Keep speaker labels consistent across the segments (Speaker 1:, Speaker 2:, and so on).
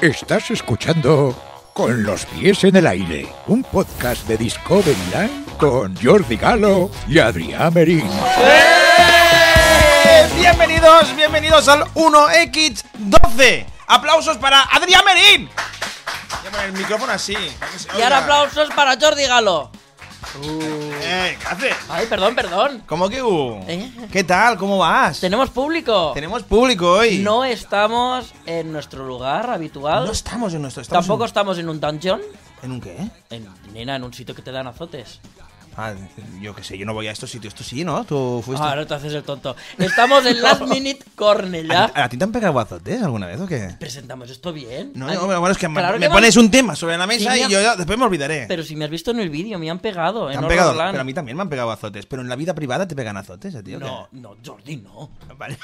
Speaker 1: Estás escuchando Con los pies en el aire, un podcast de Discovery Line con Jordi Galo y Adrián Merín.
Speaker 2: Bienvenidos, bienvenidos al 1X12. Aplausos para Adrián Merín. Voy a poner el micrófono así. para que se
Speaker 3: Y ahora
Speaker 2: oiga.
Speaker 3: aplausos para Jordi Galo.
Speaker 2: Eh, ¿Qué haces?
Speaker 3: Ay, perdón, perdón.
Speaker 2: ¿Cómo que hubo?
Speaker 3: ¿Eh?
Speaker 2: ¿Qué tal? ¿Cómo vas?
Speaker 3: Tenemos público.
Speaker 2: Tenemos público hoy.
Speaker 3: No estamos en nuestro lugar habitual.
Speaker 2: No estamos en nuestro estamos
Speaker 3: Tampoco
Speaker 2: en,
Speaker 3: estamos en un dungeon.
Speaker 2: ¿En un qué?
Speaker 3: En, nena, en un sitio que te dan azotes.
Speaker 2: Ah, yo qué sé, yo no voy a estos sitios. Tú sí, ¿no? Pues Tú fuiste.
Speaker 3: Ah, no te haces el tonto. Estamos en Last Minute
Speaker 2: ¿A,
Speaker 3: Cornella.
Speaker 2: ti- a ti te han pegado azotes alguna vez o qué?
Speaker 3: ¿Presentamos esto bien?
Speaker 2: No,
Speaker 3: Ay,
Speaker 2: no, bueno, es que
Speaker 3: claro
Speaker 2: me, me
Speaker 3: no.
Speaker 2: pones un tema sobre la mesa
Speaker 3: Sí,
Speaker 2: y
Speaker 3: me-
Speaker 2: yo ya- después me olvidaré.
Speaker 3: Pero si me has visto en el vídeo, me han pegado.
Speaker 2: Te
Speaker 3: en
Speaker 2: han pegado,
Speaker 3: Horrorland.
Speaker 2: pero a mí también me han pegado azotes. Pero en la vida privada te pegan azotes, ¿a ti o qué?
Speaker 3: No, no, Jordi, no.
Speaker 2: Vale.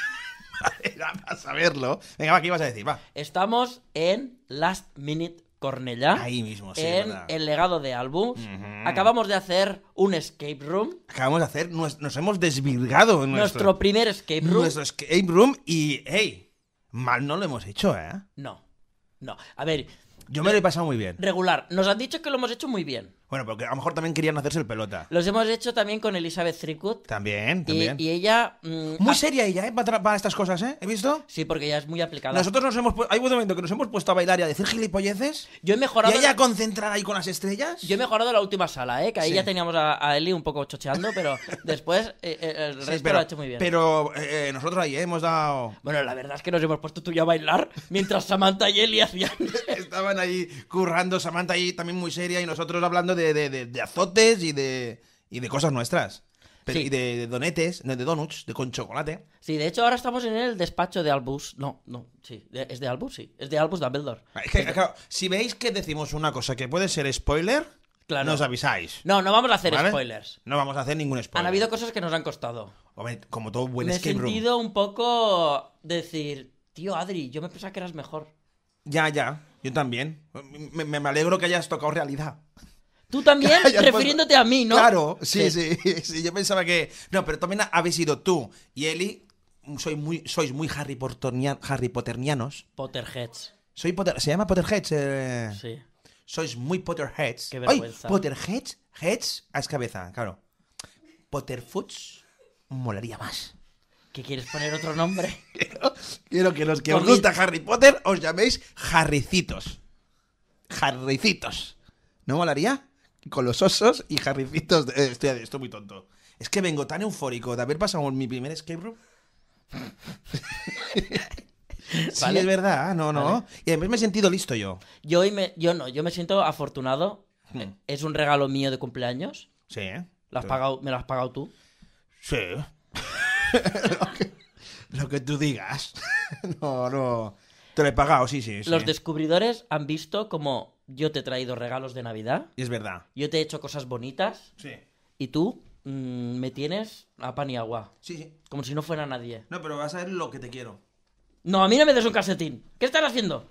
Speaker 2: Era para saberlo. Venga, va, ¿qué ibas a decir? Va.
Speaker 3: Estamos en Last Minute Cornella.
Speaker 2: Ahí mismo, Oh, sí,
Speaker 3: Ah, En
Speaker 2: verdad.
Speaker 3: el legado de álbums.
Speaker 2: Ujú.
Speaker 3: Acabamos de hacer un escape room.
Speaker 2: Acabamos de hacer, nos, nos hemos desvirgado en
Speaker 3: Nuestro
Speaker 2: nuestro,
Speaker 3: primer escape room.
Speaker 2: nuestro escape room y, hey, mal no lo hemos hecho, ¿eh?
Speaker 3: No. No. A ver,
Speaker 2: Yo me lo he pasado muy bien.
Speaker 3: regular. Nos han dicho que lo hemos hecho muy bien.
Speaker 2: Bueno, porque a lo mejor también querían hacerse el pelota.
Speaker 3: Los hemos hecho también con Elizabeth Threepwood.
Speaker 2: También,
Speaker 3: Y,
Speaker 2: también.
Speaker 3: y ella. mm,
Speaker 2: Muy
Speaker 3: ah,
Speaker 2: seria ella, ¿eh? Para, para estas cosas, ¿eh? ¿He visto?
Speaker 3: sí, porque ella es muy aplicada.
Speaker 2: Nosotros nos hemos... pu- Hay un momento que nos hemos puesto a bailar y a decir gilipolleces.
Speaker 3: Yo he
Speaker 2: Y
Speaker 3: mejorado.
Speaker 2: ella concentrada ahí con las estrellas.
Speaker 3: Yo he mejorado la última sala, ¿eh? Que ahí
Speaker 2: Sí.
Speaker 3: ya teníamos a, a Eli un poco chocheando, pero después eh, eh, el
Speaker 2: Sí,
Speaker 3: resto
Speaker 2: pero,
Speaker 3: lo ha hecho muy bien.
Speaker 2: Pero eh, eh, nosotros ahí hemos dado...
Speaker 3: Bueno, la verdad es que nos hemos puesto tú y yo a bailar mientras Samantha y Eli hacían.
Speaker 2: Estaban ahí currando, Samantha ahí también muy seria y nosotros hablando de, de- de- de azotes y de, y de cosas nuestras. Pero-
Speaker 3: Sí.
Speaker 2: Y de, de donetes, no, de donuts, de con chocolate.
Speaker 3: Sí, de hecho ahora estamos en el despacho de Albus. No, no, sí. de- ¿Es de Albus? Sí. Es de Albus Dumbledore.
Speaker 2: Es que, claro, si veis que decimos una cosa que puede ser spoiler,
Speaker 3: Claro.
Speaker 2: nos avisáis.
Speaker 3: No, no vamos a hacer
Speaker 2: ¿vale?
Speaker 3: spoilers.
Speaker 2: No vamos a hacer ningún spoiler.
Speaker 3: Han habido cosas que nos han costado.
Speaker 2: Hombre, como todo buen
Speaker 3: me he
Speaker 2: escape room.
Speaker 3: sentido un poco decir, tío Adri, yo me pensaba que eras mejor.
Speaker 2: Ya, ya. Yo también. Me, me- me alegro que hayas tocado realidad.
Speaker 3: Tú también,
Speaker 2: Ya has
Speaker 3: refiriéndote
Speaker 2: puesto-
Speaker 3: a mí, ¿no?
Speaker 2: Claro, sí, sí, sí, Yo pensaba que. No, pero también habéis sido tú y Eli. mm, Soy muy, sois muy Harry, Potternia- Harry Potternianos.
Speaker 3: Potterheads.
Speaker 2: Soy Potter- ¿Se llama Potterheads? eh?
Speaker 3: Sí.
Speaker 2: Sois muy Potterheads.
Speaker 3: Qué
Speaker 2: Ay,
Speaker 3: vergüenza.
Speaker 2: Potterheads. Heads es cabeza, claro. Potterfoots molaría más.
Speaker 3: ¿Qué quieres poner otro nombre?
Speaker 2: Quiero que los que os
Speaker 3: Por mí.
Speaker 2: gusta Harry Potter os llaméis Harricitos. Harricitos. ¿No molaría? Con los osos y Harricitos. de- eh, estoy, estoy muy tonto. Es que vengo tan eufórico de haber pasado mi primer escape room. sí,
Speaker 3: Vale.
Speaker 2: es verdad, ah, no, no. Y además me he sentido listo yo.
Speaker 3: Yo, hoy me, yo no, yo me siento afortunado.
Speaker 2: Hmm.
Speaker 3: Eh, Es un regalo mío de cumpleaños.
Speaker 2: Sí, ¿eh?
Speaker 3: Lo has pagado, me lo has pagado tú.
Speaker 2: Sí. Lo que- Lo que tú digas. no, no. Te lo he pagado, sí, sí. sí.
Speaker 3: Los descubridores han visto como yo te he traído regalos de Navidad,
Speaker 2: Es verdad.
Speaker 3: yo te he hecho cosas bonitas
Speaker 2: Sí.
Speaker 3: y tú mm, me tienes a pan y agua.
Speaker 2: Sí, sí.
Speaker 3: Como si no fuera nadie.
Speaker 2: No, pero vas a ver lo que te quiero.
Speaker 3: No, a mí no me des un calcetín. ¿Qué estás haciendo?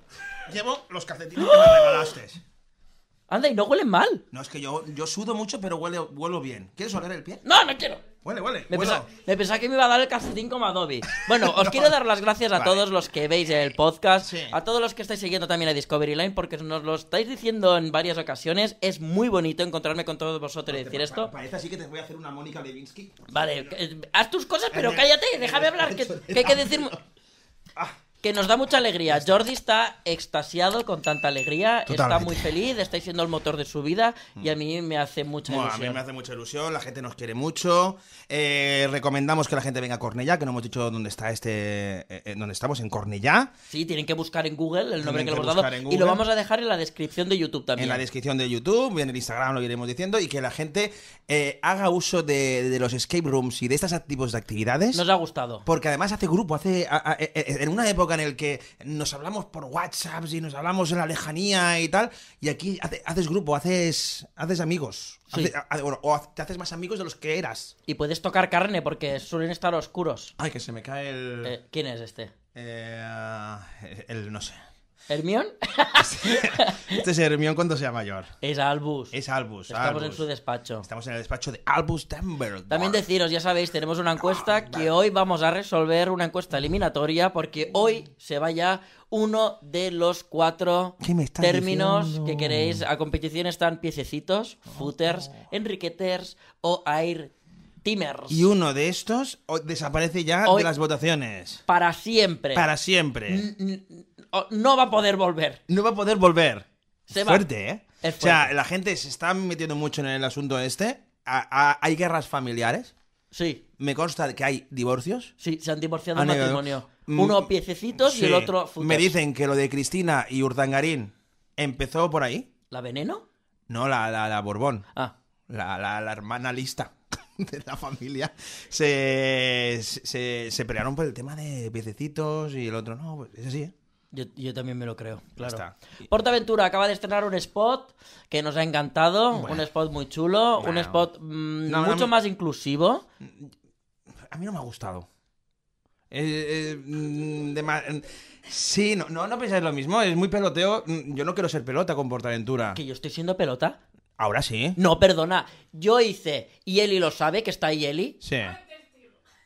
Speaker 2: Llevo los calcetines que me regalaste.
Speaker 3: Anda, y no huelen mal.
Speaker 2: No, es que yo, yo sudo mucho, pero huele, huelo bien. ¿Quieres oler el pie?
Speaker 3: No, no quiero.
Speaker 2: Huele, huele.
Speaker 3: Me
Speaker 2: huelo.
Speaker 3: pensaba, me pensaba que me iba a dar el calcetín como Adobe. Bueno, os quiero dar las gracias a
Speaker 2: Vale.
Speaker 3: todos los que veis el podcast,
Speaker 2: Sí.
Speaker 3: a todos los que estáis siguiendo también a Discovery Line, porque nos lo estáis diciendo en varias ocasiones. Es muy bonito encontrarme con todos vosotros y decir
Speaker 2: Pa-
Speaker 3: esto.
Speaker 2: Parece así que te voy a hacer una Mónica Levinsky.
Speaker 3: Vale, eh, haz tus cosas, pero
Speaker 2: Eh,
Speaker 3: cállate, déjame hablar, que, que hay que decir... mu-
Speaker 2: Ah,
Speaker 3: Que nos da mucha alegría. Jordi está extasiado con tanta alegría, está
Speaker 2: Totalmente.
Speaker 3: muy feliz, estáis siendo el motor de su vida y a mí me hace mucha
Speaker 2: bueno, a
Speaker 3: ilusión.
Speaker 2: mí me hace mucha ilusión, la gente nos quiere mucho. Eh, recomendamos que la gente venga a Cornellá, que no hemos dicho dónde está este. eh, eh, dónde estamos, en Cornellá.
Speaker 3: Sí, tienen que buscar en Google el nombre
Speaker 2: Tienen que
Speaker 3: que le hemos dado.
Speaker 2: buscar en
Speaker 3: Y lo
Speaker 2: Google.
Speaker 3: vamos a dejar en la descripción de YouTube también.
Speaker 2: En la descripción de YouTube, en el Instagram lo iremos diciendo, y que la gente eh, haga uso de, de los escape rooms y de estos tipos de actividades.
Speaker 3: Nos ha gustado.
Speaker 2: Porque además hace grupo, hace a- a- e- e- en una época en el que nos hablamos por WhatsApp y nos hablamos en la lejanía y tal, y aquí hace- haces grupo, haces haces amigos,
Speaker 3: Sí.
Speaker 2: Hace- ha- bueno, o ha- te haces más amigos de los que eras.
Speaker 3: Y puedes tocar carne porque suelen estar oscuros.
Speaker 2: Ay, que se me cae el
Speaker 3: Eh, ¿Quién es este?
Speaker 2: eh, el no sé.
Speaker 3: ¿Hermión?
Speaker 2: Este es Hermión cuando sea mayor.
Speaker 3: Es Albus.
Speaker 2: Es Albus.
Speaker 3: Estamos en
Speaker 2: Albus.
Speaker 3: su despacho.
Speaker 2: Estamos en el despacho de Albus Dumbledore.
Speaker 3: También deciros, ya sabéis, tenemos una encuesta que hoy vamos a resolver, una encuesta eliminatoria, porque hoy se va ya uno de los cuatro
Speaker 2: ¿Qué me estás
Speaker 3: términos
Speaker 2: diciendo?
Speaker 3: que queréis a competición. Están piececitos, footers, enriqueters o air timers.
Speaker 2: Y uno de estos o- desaparece ya
Speaker 3: Hoy-
Speaker 2: de las votaciones.
Speaker 3: Para siempre.
Speaker 2: Para siempre.
Speaker 3: N- n- o- No va a poder volver.
Speaker 2: No va a poder volver.
Speaker 3: Se va.
Speaker 2: fuerte, ¿eh?
Speaker 3: Es
Speaker 2: O sea, la gente se está metiendo mucho en el asunto este. A- a- hay guerras familiares.
Speaker 3: Sí,
Speaker 2: Me consta que hay divorcios.
Speaker 3: sí, se han divorciado
Speaker 2: Han
Speaker 3: en
Speaker 2: negado.
Speaker 3: matrimonio.
Speaker 2: Mm,
Speaker 3: Uno piececitos y el
Speaker 2: Sí.
Speaker 3: otro footers.
Speaker 2: Me dicen que lo de Cristina y Urdangarín empezó por ahí.
Speaker 3: ¿La veneno?
Speaker 2: No, la, la, la Borbón.
Speaker 3: Ah,
Speaker 2: La, la- la hermana lista de la familia. Se, se, se pelearon por el tema de piececitos y el otro no. Pues es así, ¿eh?
Speaker 3: Yo, yo también me lo creo, claro.
Speaker 2: está.
Speaker 3: Portaventura acaba de estrenar un spot que nos ha encantado,
Speaker 2: Bueno.
Speaker 3: un spot muy chulo, un
Speaker 2: Bueno.
Speaker 3: spot mm,
Speaker 2: No, no,
Speaker 3: mucho
Speaker 2: no.
Speaker 3: más inclusivo.
Speaker 2: A mí no me ha gustado. Eh, eh, mm, de ma- mm, sí, no, no, no pensáis lo mismo. Es muy peloteo. Mm, Yo no quiero ser pelota con Portaventura.
Speaker 3: Que yo estoy siendo pelota.
Speaker 2: Ahora sí.
Speaker 3: No, perdona, yo hice, y Eli lo sabe, que está ahí Eli.
Speaker 2: Sí.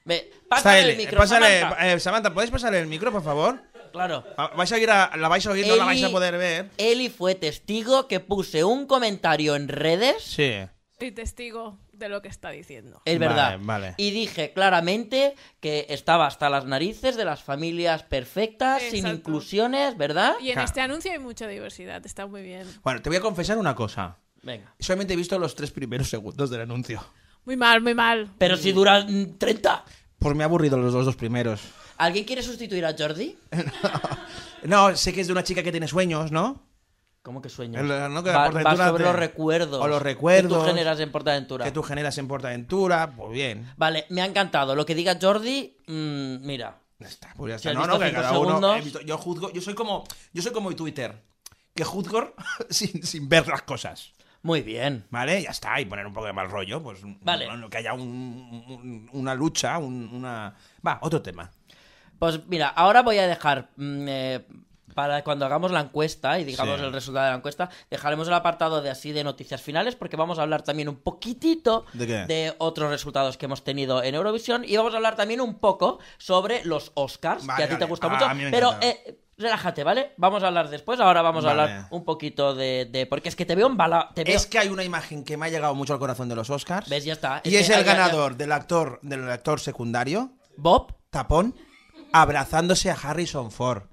Speaker 3: Ve,
Speaker 2: Está
Speaker 3: pásale
Speaker 2: él.
Speaker 3: el micro,
Speaker 2: pásale,
Speaker 3: Samantha.
Speaker 2: eh, Samantha, ¿podéis pasarle el micro, por favor?
Speaker 3: Claro.
Speaker 2: Ah, ¿Vais a ir a, ¿La vais a oír? ¿No la vais a
Speaker 3: Eli-
Speaker 2: poder ver?
Speaker 3: Eli fue testigo que puse un comentario en redes.
Speaker 2: Sí.
Speaker 4: Soy testigo de lo que está diciendo.
Speaker 3: Es
Speaker 2: Vale,
Speaker 3: verdad.
Speaker 2: vale.
Speaker 3: Y dije claramente que estaba hasta las narices de las familias perfectas, sin
Speaker 4: Exacto.
Speaker 3: inclusiones, ¿verdad?
Speaker 4: Y en
Speaker 2: Claro.
Speaker 4: este anuncio hay mucha diversidad, está muy bien.
Speaker 2: Bueno, te voy a confesar una cosa.
Speaker 3: Venga.
Speaker 2: Solamente he visto los tres primeros segundos del anuncio.
Speaker 4: Muy mal, muy mal.
Speaker 3: Pero si duran 30.
Speaker 2: Pues me ha aburrido los dos, dos primeros.
Speaker 3: ¿Alguien quiere sustituir a Jordi?
Speaker 2: No, sé que es de una chica que tiene sueños, ¿no?
Speaker 3: ¿Cómo que sueño?
Speaker 2: El- no, que
Speaker 3: va,
Speaker 2: Portaventura
Speaker 3: va sobre
Speaker 2: te-
Speaker 3: los recuerdos.
Speaker 2: o los
Speaker 3: Que tú
Speaker 2: recuerdos.
Speaker 3: generas en Portaventura.
Speaker 2: Que tú generas en Portaventura. Pues bien.
Speaker 3: Vale, me ha encantado. Lo que diga Jordi, mm, mira.
Speaker 2: Ya está, pues ya
Speaker 3: Si
Speaker 2: está.
Speaker 3: has
Speaker 2: No,
Speaker 3: visto
Speaker 2: no, que
Speaker 3: cinco
Speaker 2: cada uno-
Speaker 3: segundos-
Speaker 2: he visto- yo juzgo, yo soy como, yo soy como Twitter, que juzgo sin, sin ver las cosas,
Speaker 3: Muy bien.
Speaker 2: ¿vale? Ya está, y poner un poco de mal rollo, pues
Speaker 3: Vale.
Speaker 2: bueno, que haya un- un- una lucha, un- una... Va, otro tema.
Speaker 3: Pues mira, ahora voy a dejar. mm, eh, para cuando hagamos la encuesta y digamos
Speaker 2: Sí.
Speaker 3: el resultado de la encuesta, dejaremos el apartado de así de noticias finales porque vamos a hablar también un poquitito
Speaker 2: ¿De qué?
Speaker 3: otros resultados que hemos tenido en Eurovisión y vamos a hablar también un poco sobre los Oscars,
Speaker 2: Vale,
Speaker 3: que a ti
Speaker 2: vale.
Speaker 3: te gusta
Speaker 2: Ah,
Speaker 3: mucho,
Speaker 2: a mí me
Speaker 3: pero
Speaker 2: encanta.
Speaker 3: eh, relájate, ¿vale? Vamos a hablar después, ahora vamos a
Speaker 2: Vale.
Speaker 3: hablar un poquito de, de- porque es que te veo embalado, te veo...
Speaker 2: Es que hay una imagen que me ha llegado mucho al corazón de los Oscars.
Speaker 3: ¿Ves? Ya está.
Speaker 2: Y
Speaker 3: que
Speaker 2: es, el
Speaker 3: hay- hay-
Speaker 2: ganador del actor, del actor secundario,
Speaker 3: Bob,
Speaker 2: tapón, abrazándose a Harrison Ford.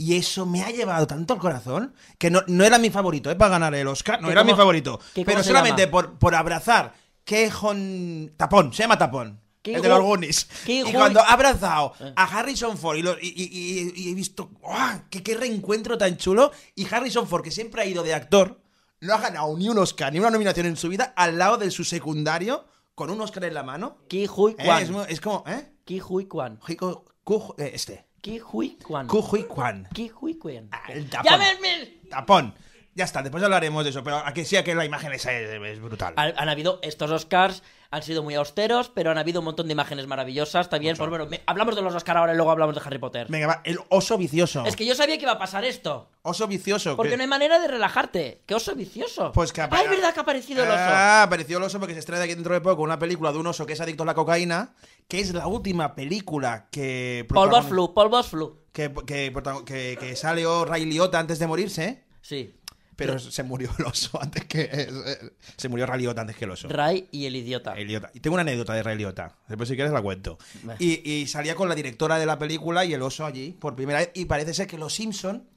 Speaker 2: Y eso me ha llevado tanto al corazón que no, no era mi favorito, ¿eh? Para ganar el Oscar, no
Speaker 3: ¿Que
Speaker 2: era mi
Speaker 3: cómo-
Speaker 2: favorito.
Speaker 3: que cómo
Speaker 2: Pero
Speaker 3: se
Speaker 2: solamente
Speaker 3: llama?
Speaker 2: por, por abrazar, que jon- Tapón, se llama Tapón.
Speaker 3: ¿Qué
Speaker 2: el de los
Speaker 3: ju-
Speaker 2: Goonies.
Speaker 3: qué Eh.
Speaker 2: Y
Speaker 3: ju-
Speaker 2: cuando ha abrazado a Harrison Ford y, lo- y- y- y- y he visto, ¡guau! ¡Qué, qué reencuentro tan chulo! Y Harrison Ford, que siempre ha ido de actor, no ha ganado ni un Oscar, ni una nominación en su vida, al lado de su secundario, con un Oscar en la mano.
Speaker 3: Ki Hui
Speaker 2: Eh,
Speaker 3: Kwan.
Speaker 2: es, mu- es como, ¿eh?
Speaker 3: Ki Hui Kwan.
Speaker 2: Jico- Cu- eh, este.
Speaker 3: Ki Hui Kwan.
Speaker 2: Kuhui Kwan.
Speaker 3: Ki Hui Kwan.
Speaker 2: Ah, el tapón.
Speaker 3: ¡Ya ves, ves!
Speaker 2: Tapón. Ya está, después hablaremos de eso, pero aquí sí, que la imagen esa es, es brutal.
Speaker 3: Han, han habido estos Oscars, han sido muy austeros, pero han habido un montón de imágenes maravillosas también. Pues bueno, me- hablamos de los Oscar ahora y luego hablamos de Harry Potter.
Speaker 2: Venga, va, el oso vicioso.
Speaker 3: Es que yo sabía que iba a pasar esto.
Speaker 2: Oso vicioso.
Speaker 3: Porque
Speaker 2: que-
Speaker 3: no hay manera de relajarte. ¡Qué oso vicioso!
Speaker 2: Pues que
Speaker 3: ¡Ah, es verdad que ha aparecido el oso!
Speaker 2: Ah, apareció el oso porque se estrena aquí dentro de poco una película de un oso que es adicto a la cocaína, que es la última película que...
Speaker 3: polvos
Speaker 2: protagoni-
Speaker 3: flu, polvos flu.
Speaker 2: Que, que, protago- que, que salió Ray Liotta antes de morirse,
Speaker 3: Sí.
Speaker 2: pero se murió el oso antes que... eh, Se murió Ray Liotta antes que el oso.
Speaker 3: Ray y el idiota.
Speaker 2: Ray Liotta. Y tengo una anécdota de Ray Liotta. Después, si quieres, la cuento. Y, y salía con la directora de la película y el oso allí por primera vez. Y parece ser que los Simpson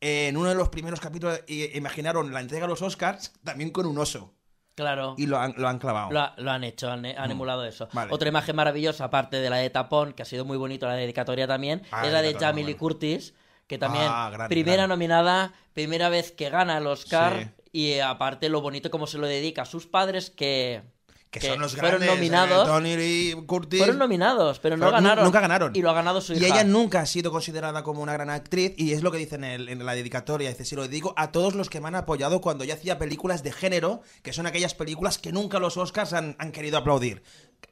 Speaker 2: eh, en uno de los primeros capítulos, i- imaginaron la entrega a los Oscars también con un oso.
Speaker 3: Claro.
Speaker 2: Y lo han, lo han clavado.
Speaker 3: Lo, ha- lo han hecho, han, han emulado eso.
Speaker 2: Mm. Vale.
Speaker 3: Otra imagen maravillosa, aparte de la de Tapón, que ha sido muy bonito la dedicatoria también,
Speaker 2: Ah,
Speaker 3: es la de
Speaker 2: dedicatoria,
Speaker 3: Jamie Lee
Speaker 2: bueno.
Speaker 3: Curtis, que también
Speaker 2: Ah, gran,
Speaker 3: primera
Speaker 2: gran.
Speaker 3: nominada, primera vez que gana el Oscar,
Speaker 2: Sí.
Speaker 3: y eh, aparte lo bonito como se lo dedica a sus padres que,
Speaker 2: que, son los
Speaker 3: fueron
Speaker 2: grandes. eh,
Speaker 3: nominados.
Speaker 2: Tony Lee Curtis.
Speaker 3: fueron nominados, pero no
Speaker 2: Pero nu-
Speaker 3: ganaron.
Speaker 2: nunca ganaron.
Speaker 3: Y lo ha ganado su
Speaker 2: Y
Speaker 3: hija.
Speaker 2: ella nunca ha sido considerada como una gran actriz, y es lo que dice en, el- en la dedicatoria. Dice: Si lo dedico a todos los que me han apoyado cuando yo hacía películas de género, que son aquellas películas que nunca los Oscars han, han querido aplaudir.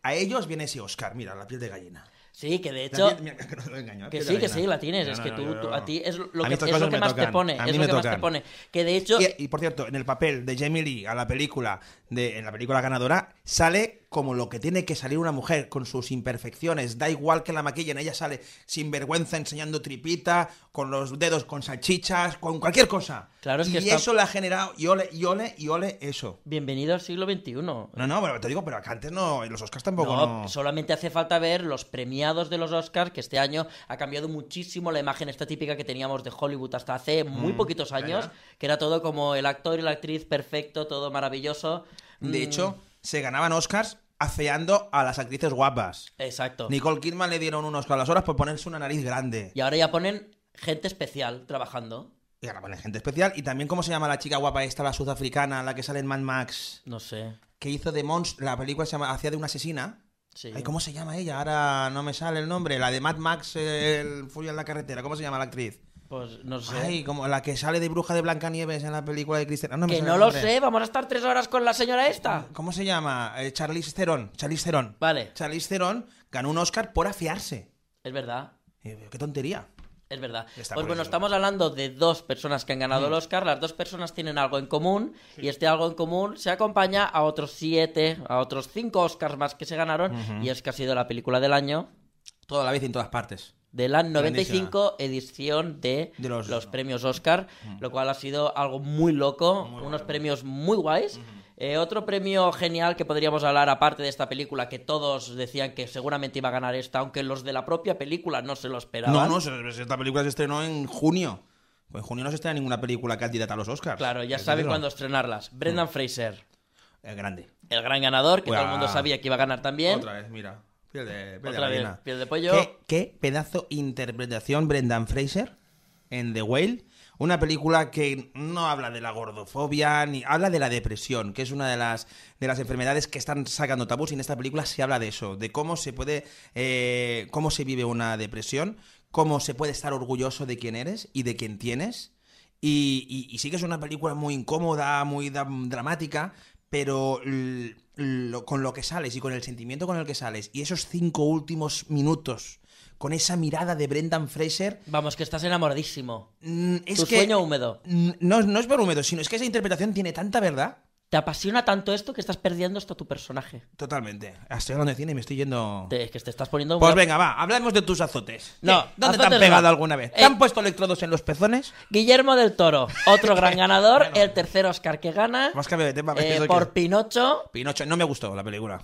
Speaker 2: A ellos viene ese Oscar, mira, la piel de gallina.
Speaker 3: Sí, que de
Speaker 2: La
Speaker 3: hecho.
Speaker 2: mía- mía- mía, que no te voy a engañar,
Speaker 3: Que
Speaker 2: te
Speaker 3: sí,
Speaker 2: voy a
Speaker 3: que sí,
Speaker 2: engañar.
Speaker 3: la tienes.
Speaker 2: No,
Speaker 3: es
Speaker 2: no,
Speaker 3: que
Speaker 2: no,
Speaker 3: tú,
Speaker 2: yo-
Speaker 3: tú- a ti es lo
Speaker 2: mí
Speaker 3: que,
Speaker 2: estas
Speaker 3: es lo
Speaker 2: cosas
Speaker 3: que
Speaker 2: me
Speaker 3: más te
Speaker 2: tocan.
Speaker 3: pone.
Speaker 2: A
Speaker 3: es
Speaker 2: mí
Speaker 3: lo
Speaker 2: me
Speaker 3: que más te
Speaker 2: tocan.
Speaker 3: pone. Que de hecho.
Speaker 2: Y, y, por cierto, en el papel de Jamie Lee a la película, de, en la película ganadora, sale como lo que tiene que salir una mujer, con sus imperfecciones. Da igual que la maquillen, ella sale sin vergüenza, enseñando tripita, con los dedos, con salchichas, con cualquier cosa.
Speaker 3: Claro, es
Speaker 2: y
Speaker 3: que está-
Speaker 2: eso la ha generado, y ole, y ole, y ole, eso.
Speaker 3: Bienvenido al siglo XXI. No,
Speaker 2: No, no, pero te digo, pero acá antes no, en los Oscars tampoco. no.
Speaker 3: solamente hace falta ver los premiados de los Oscars, que este año ha cambiado muchísimo la imagen esta típica que teníamos de Hollywood hasta hace
Speaker 2: Mm,
Speaker 3: muy poquitos años, que era todo como el actor y la actriz perfecto, todo maravilloso.
Speaker 2: De
Speaker 3: Mm,
Speaker 2: hecho, se ganaban Oscars afeando a las actrices guapas.
Speaker 3: Exacto.
Speaker 2: Nicole Kidman le dieron un Oscar a las horas por ponerse una nariz grande.
Speaker 3: Y ahora ya ponen gente especial trabajando.
Speaker 2: Y ahora ponen gente especial. Y también, ¿cómo se llama la chica guapa esta, la sudafricana, la que sale en Mad Max?
Speaker 3: No sé.
Speaker 2: Que hizo de Mons, la película se llama Hacía de una asesina.
Speaker 3: Sí.
Speaker 2: Ay, ¿Cómo se llama ella? Ahora no me sale el nombre. La de Mad Max, eh, el Furia en la carretera. ¿Cómo se llama la actriz?
Speaker 3: Pues no sé.
Speaker 2: Ay, como la que sale de Bruja de Blancanieves en la película de Cristian. me
Speaker 3: que
Speaker 2: sale
Speaker 3: no
Speaker 2: el
Speaker 3: lo
Speaker 2: nombre.
Speaker 3: sé, vamos a estar tres horas con la señora esta.
Speaker 2: ¿Cómo se llama? Eh, Charlize Theron. Charlize Theron.
Speaker 3: Vale,
Speaker 2: Charlize Theron ganó un Oscar por afiarse.
Speaker 3: es verdad.
Speaker 2: Eh, Qué tontería.
Speaker 3: Es verdad.
Speaker 2: Está
Speaker 3: pues
Speaker 2: por
Speaker 3: bueno,
Speaker 2: encima.
Speaker 3: estamos hablando de dos personas que han ganado el Oscar. Las dos personas tienen algo en común. Y este algo en común se acompaña a otros siete, a otros cinco Oscars más que se ganaron. Y es que ha sido la película del año,
Speaker 2: Toda la vez y en todas partes.
Speaker 3: de la 95 edición de,
Speaker 2: De
Speaker 3: los,
Speaker 2: los-
Speaker 3: premios Oscar. Lo cual ha sido algo muy loco. unos premios muy guays. Eh, otro premio genial que podríamos hablar, aparte de esta película, que todos decían que seguramente iba a ganar esta, aunque los de la propia película no se lo esperaban.
Speaker 2: No, no, se- se- esta película se estrenó en junio. Pues en junio no se estrena ninguna película candidata a los Oscars.
Speaker 3: Claro, ya
Speaker 2: Es
Speaker 3: saben
Speaker 2: eso.
Speaker 3: cuándo estrenarlas.
Speaker 2: Mm.
Speaker 3: Brendan Fraser,
Speaker 2: Es grande.
Speaker 3: el gran ganador, que
Speaker 2: Uah.
Speaker 3: todo el mundo sabía que iba a ganar también.
Speaker 2: Otra vez, mira. Piel de, piel de
Speaker 3: Otra vez,
Speaker 2: gallina.
Speaker 3: piel de pollo.
Speaker 2: ¿Qué, qué pedazo interpretación Brendan Fraser en The Whale. Una película que no habla de la gordofobia, ni habla de la depresión, que es una de las, de las enfermedades que están sacando tabús. Y en esta película se habla de eso, de cómo se puede, eh, cómo se vive una depresión, cómo se puede estar orgulloso de quién eres y de quién tienes. Y, y- y sí que es una película muy incómoda, muy da- dramática, pero l- lo- con lo que sales y con el sentimiento con el que sales y esos cinco últimos minutos con esa mirada de Brendan Fraser,
Speaker 3: Vamos, que estás enamoradísimo.
Speaker 2: mm, es
Speaker 3: tu
Speaker 2: que...
Speaker 3: sueño húmedo.
Speaker 2: Mm, No, no es por húmedo, sino es que esa interpretación tiene tanta verdad.
Speaker 3: Te apasiona tanto esto que estás perdiendo hasta tu personaje.
Speaker 2: Totalmente. Estoy hablando de cine y me estoy yendo...
Speaker 3: Te- es que te estás poniendo...
Speaker 2: Pues
Speaker 3: una-
Speaker 2: venga, va, hablemos de tus azotes.
Speaker 3: No,
Speaker 2: ¿Qué? ¿Dónde te
Speaker 3: azotes
Speaker 2: han pegado
Speaker 3: no.
Speaker 2: alguna vez?
Speaker 3: Eh.
Speaker 2: ¿Te han puesto electrodos en los pezones?
Speaker 3: Guillermo del Toro, otro gran ganador, el tercer Oscar que gana.
Speaker 2: Más cambio de tema.
Speaker 3: eh,
Speaker 2: eso que-
Speaker 3: por Pinocho.
Speaker 2: Pinocho, no me gustó la película.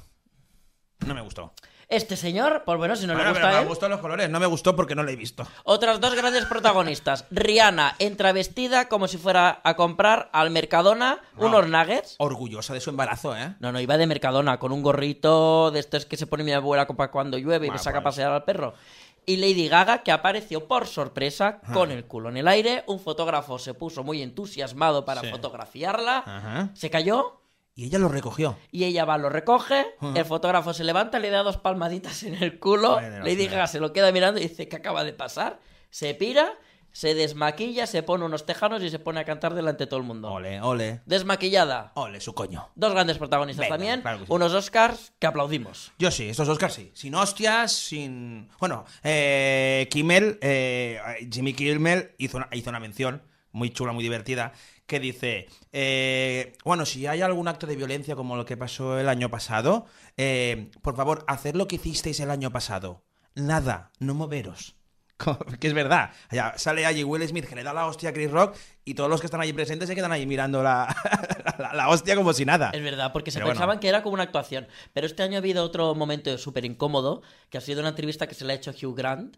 Speaker 2: No me gustó.
Speaker 3: Este señor, pues bueno, si no le
Speaker 2: Bueno, pero
Speaker 3: gusta a
Speaker 2: me
Speaker 3: él.
Speaker 2: gustó los colores, no me gustó porque no la he visto.
Speaker 3: Otras dos grandes protagonistas. Rihanna entra vestida como si fuera a comprar al Mercadona unos nuggets.
Speaker 2: Orgullosa de su embarazo, ¿eh?
Speaker 3: No, no, iba de Mercadona con un gorrito de estos que se pone mi abuela copa cuando llueve y me saca a pasear al perro. Y Lady Gaga, que apareció por sorpresa
Speaker 2: Ah.
Speaker 3: con el culo en el aire. Un fotógrafo se puso muy entusiasmado para
Speaker 2: Sí. Ah.
Speaker 3: fotografiarla.
Speaker 2: Ajá.
Speaker 3: Se cayó
Speaker 2: Y ella lo recogió.
Speaker 3: y ella va, lo recoge. El fotógrafo se levanta, le da dos palmaditas en el culo.
Speaker 2: Ah. Madre de la
Speaker 3: Lady
Speaker 2: señora.
Speaker 3: Gaga se lo queda mirando y dice: ¿Qué acaba de pasar? Se pira, se desmaquilla, se pone unos tejanos y se pone a cantar delante de todo el mundo.
Speaker 2: Ole, ole.
Speaker 3: Desmaquillada.
Speaker 2: Ole, su coño.
Speaker 3: Dos grandes protagonistas
Speaker 2: Venga,
Speaker 3: también.
Speaker 2: claro que sí.
Speaker 3: Unos Oscars que aplaudimos.
Speaker 2: Yo sí, estos Oscars sí. Sin hostias, sin. Bueno, eh, Kimmel, eh, Jimmy Kimmel hizo una, hizo una mención muy chula, muy divertida, que dice: eh, Bueno, si hay algún acto de violencia como lo que pasó el año pasado, eh, por favor, haced lo que hicisteis el año pasado. Nada, no moveros. que es verdad. Ya sale allí Will Smith, que le da la hostia a Chris Rock, y todos los que están allí presentes se quedan ahí mirando la, la- la hostia como si nada.
Speaker 3: Es verdad, porque se
Speaker 2: Ah, Pero bueno.
Speaker 3: pensaban que era como una actuación. Pero este año ha habido otro momento súper incómodo, que ha sido una entrevista que se le ha hecho Hugh Grant,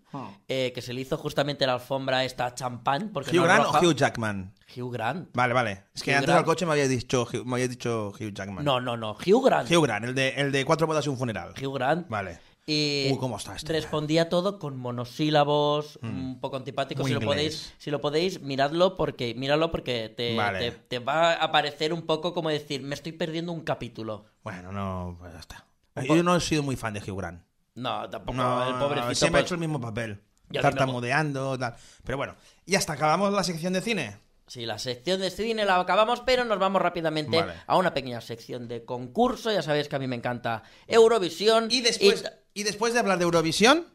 Speaker 3: eh, que se le hizo justamente la alfombra esta champán. Porque
Speaker 2: Ah. ¿Hugh
Speaker 3: no
Speaker 2: Grant o
Speaker 3: roja.
Speaker 2: Hugh Jackman?
Speaker 3: Hugh Grant.
Speaker 2: Vale, vale. Es que
Speaker 3: Hugh
Speaker 2: antes
Speaker 3: Grant.
Speaker 2: al coche me habías dicho, Hugh- me habías dicho Hugh Jackman.
Speaker 3: No, no, no. Hugh Grant. Hugh,
Speaker 2: Hugh Grant, el de, el de Cuatro bodas y un funeral.
Speaker 3: Grant.
Speaker 2: Vale.
Speaker 3: Y
Speaker 2: Uy, ¿cómo está este?
Speaker 3: respondía todo con monosílabos, un poco antipático.
Speaker 2: Muy
Speaker 3: Si lo,
Speaker 2: inglés.
Speaker 3: podéis, si lo podéis, miradlo porque, míralo porque te,
Speaker 2: Vale.
Speaker 3: te- te va a aparecer un poco como decir, me estoy perdiendo un capítulo.
Speaker 2: Bueno, no, pues ya está.
Speaker 3: Un po-
Speaker 2: Yo no he sido muy fan de Hugh Grant.
Speaker 3: No, tampoco.
Speaker 2: No,
Speaker 3: el pobrecito.
Speaker 2: siempre ha
Speaker 3: pues-
Speaker 2: hecho el mismo papel.
Speaker 3: Ya
Speaker 2: Tartamudeando, tal. Pero bueno, y hasta acabamos la sección de cine.
Speaker 3: Sí, la sección de cine la acabamos, pero nos vamos rápidamente
Speaker 2: Vale.
Speaker 3: a una pequeña sección de concurso. Ya sabéis que a mí me encanta Eurovisión.
Speaker 2: Y después,
Speaker 3: ta-
Speaker 2: y después de hablar de Eurovisión,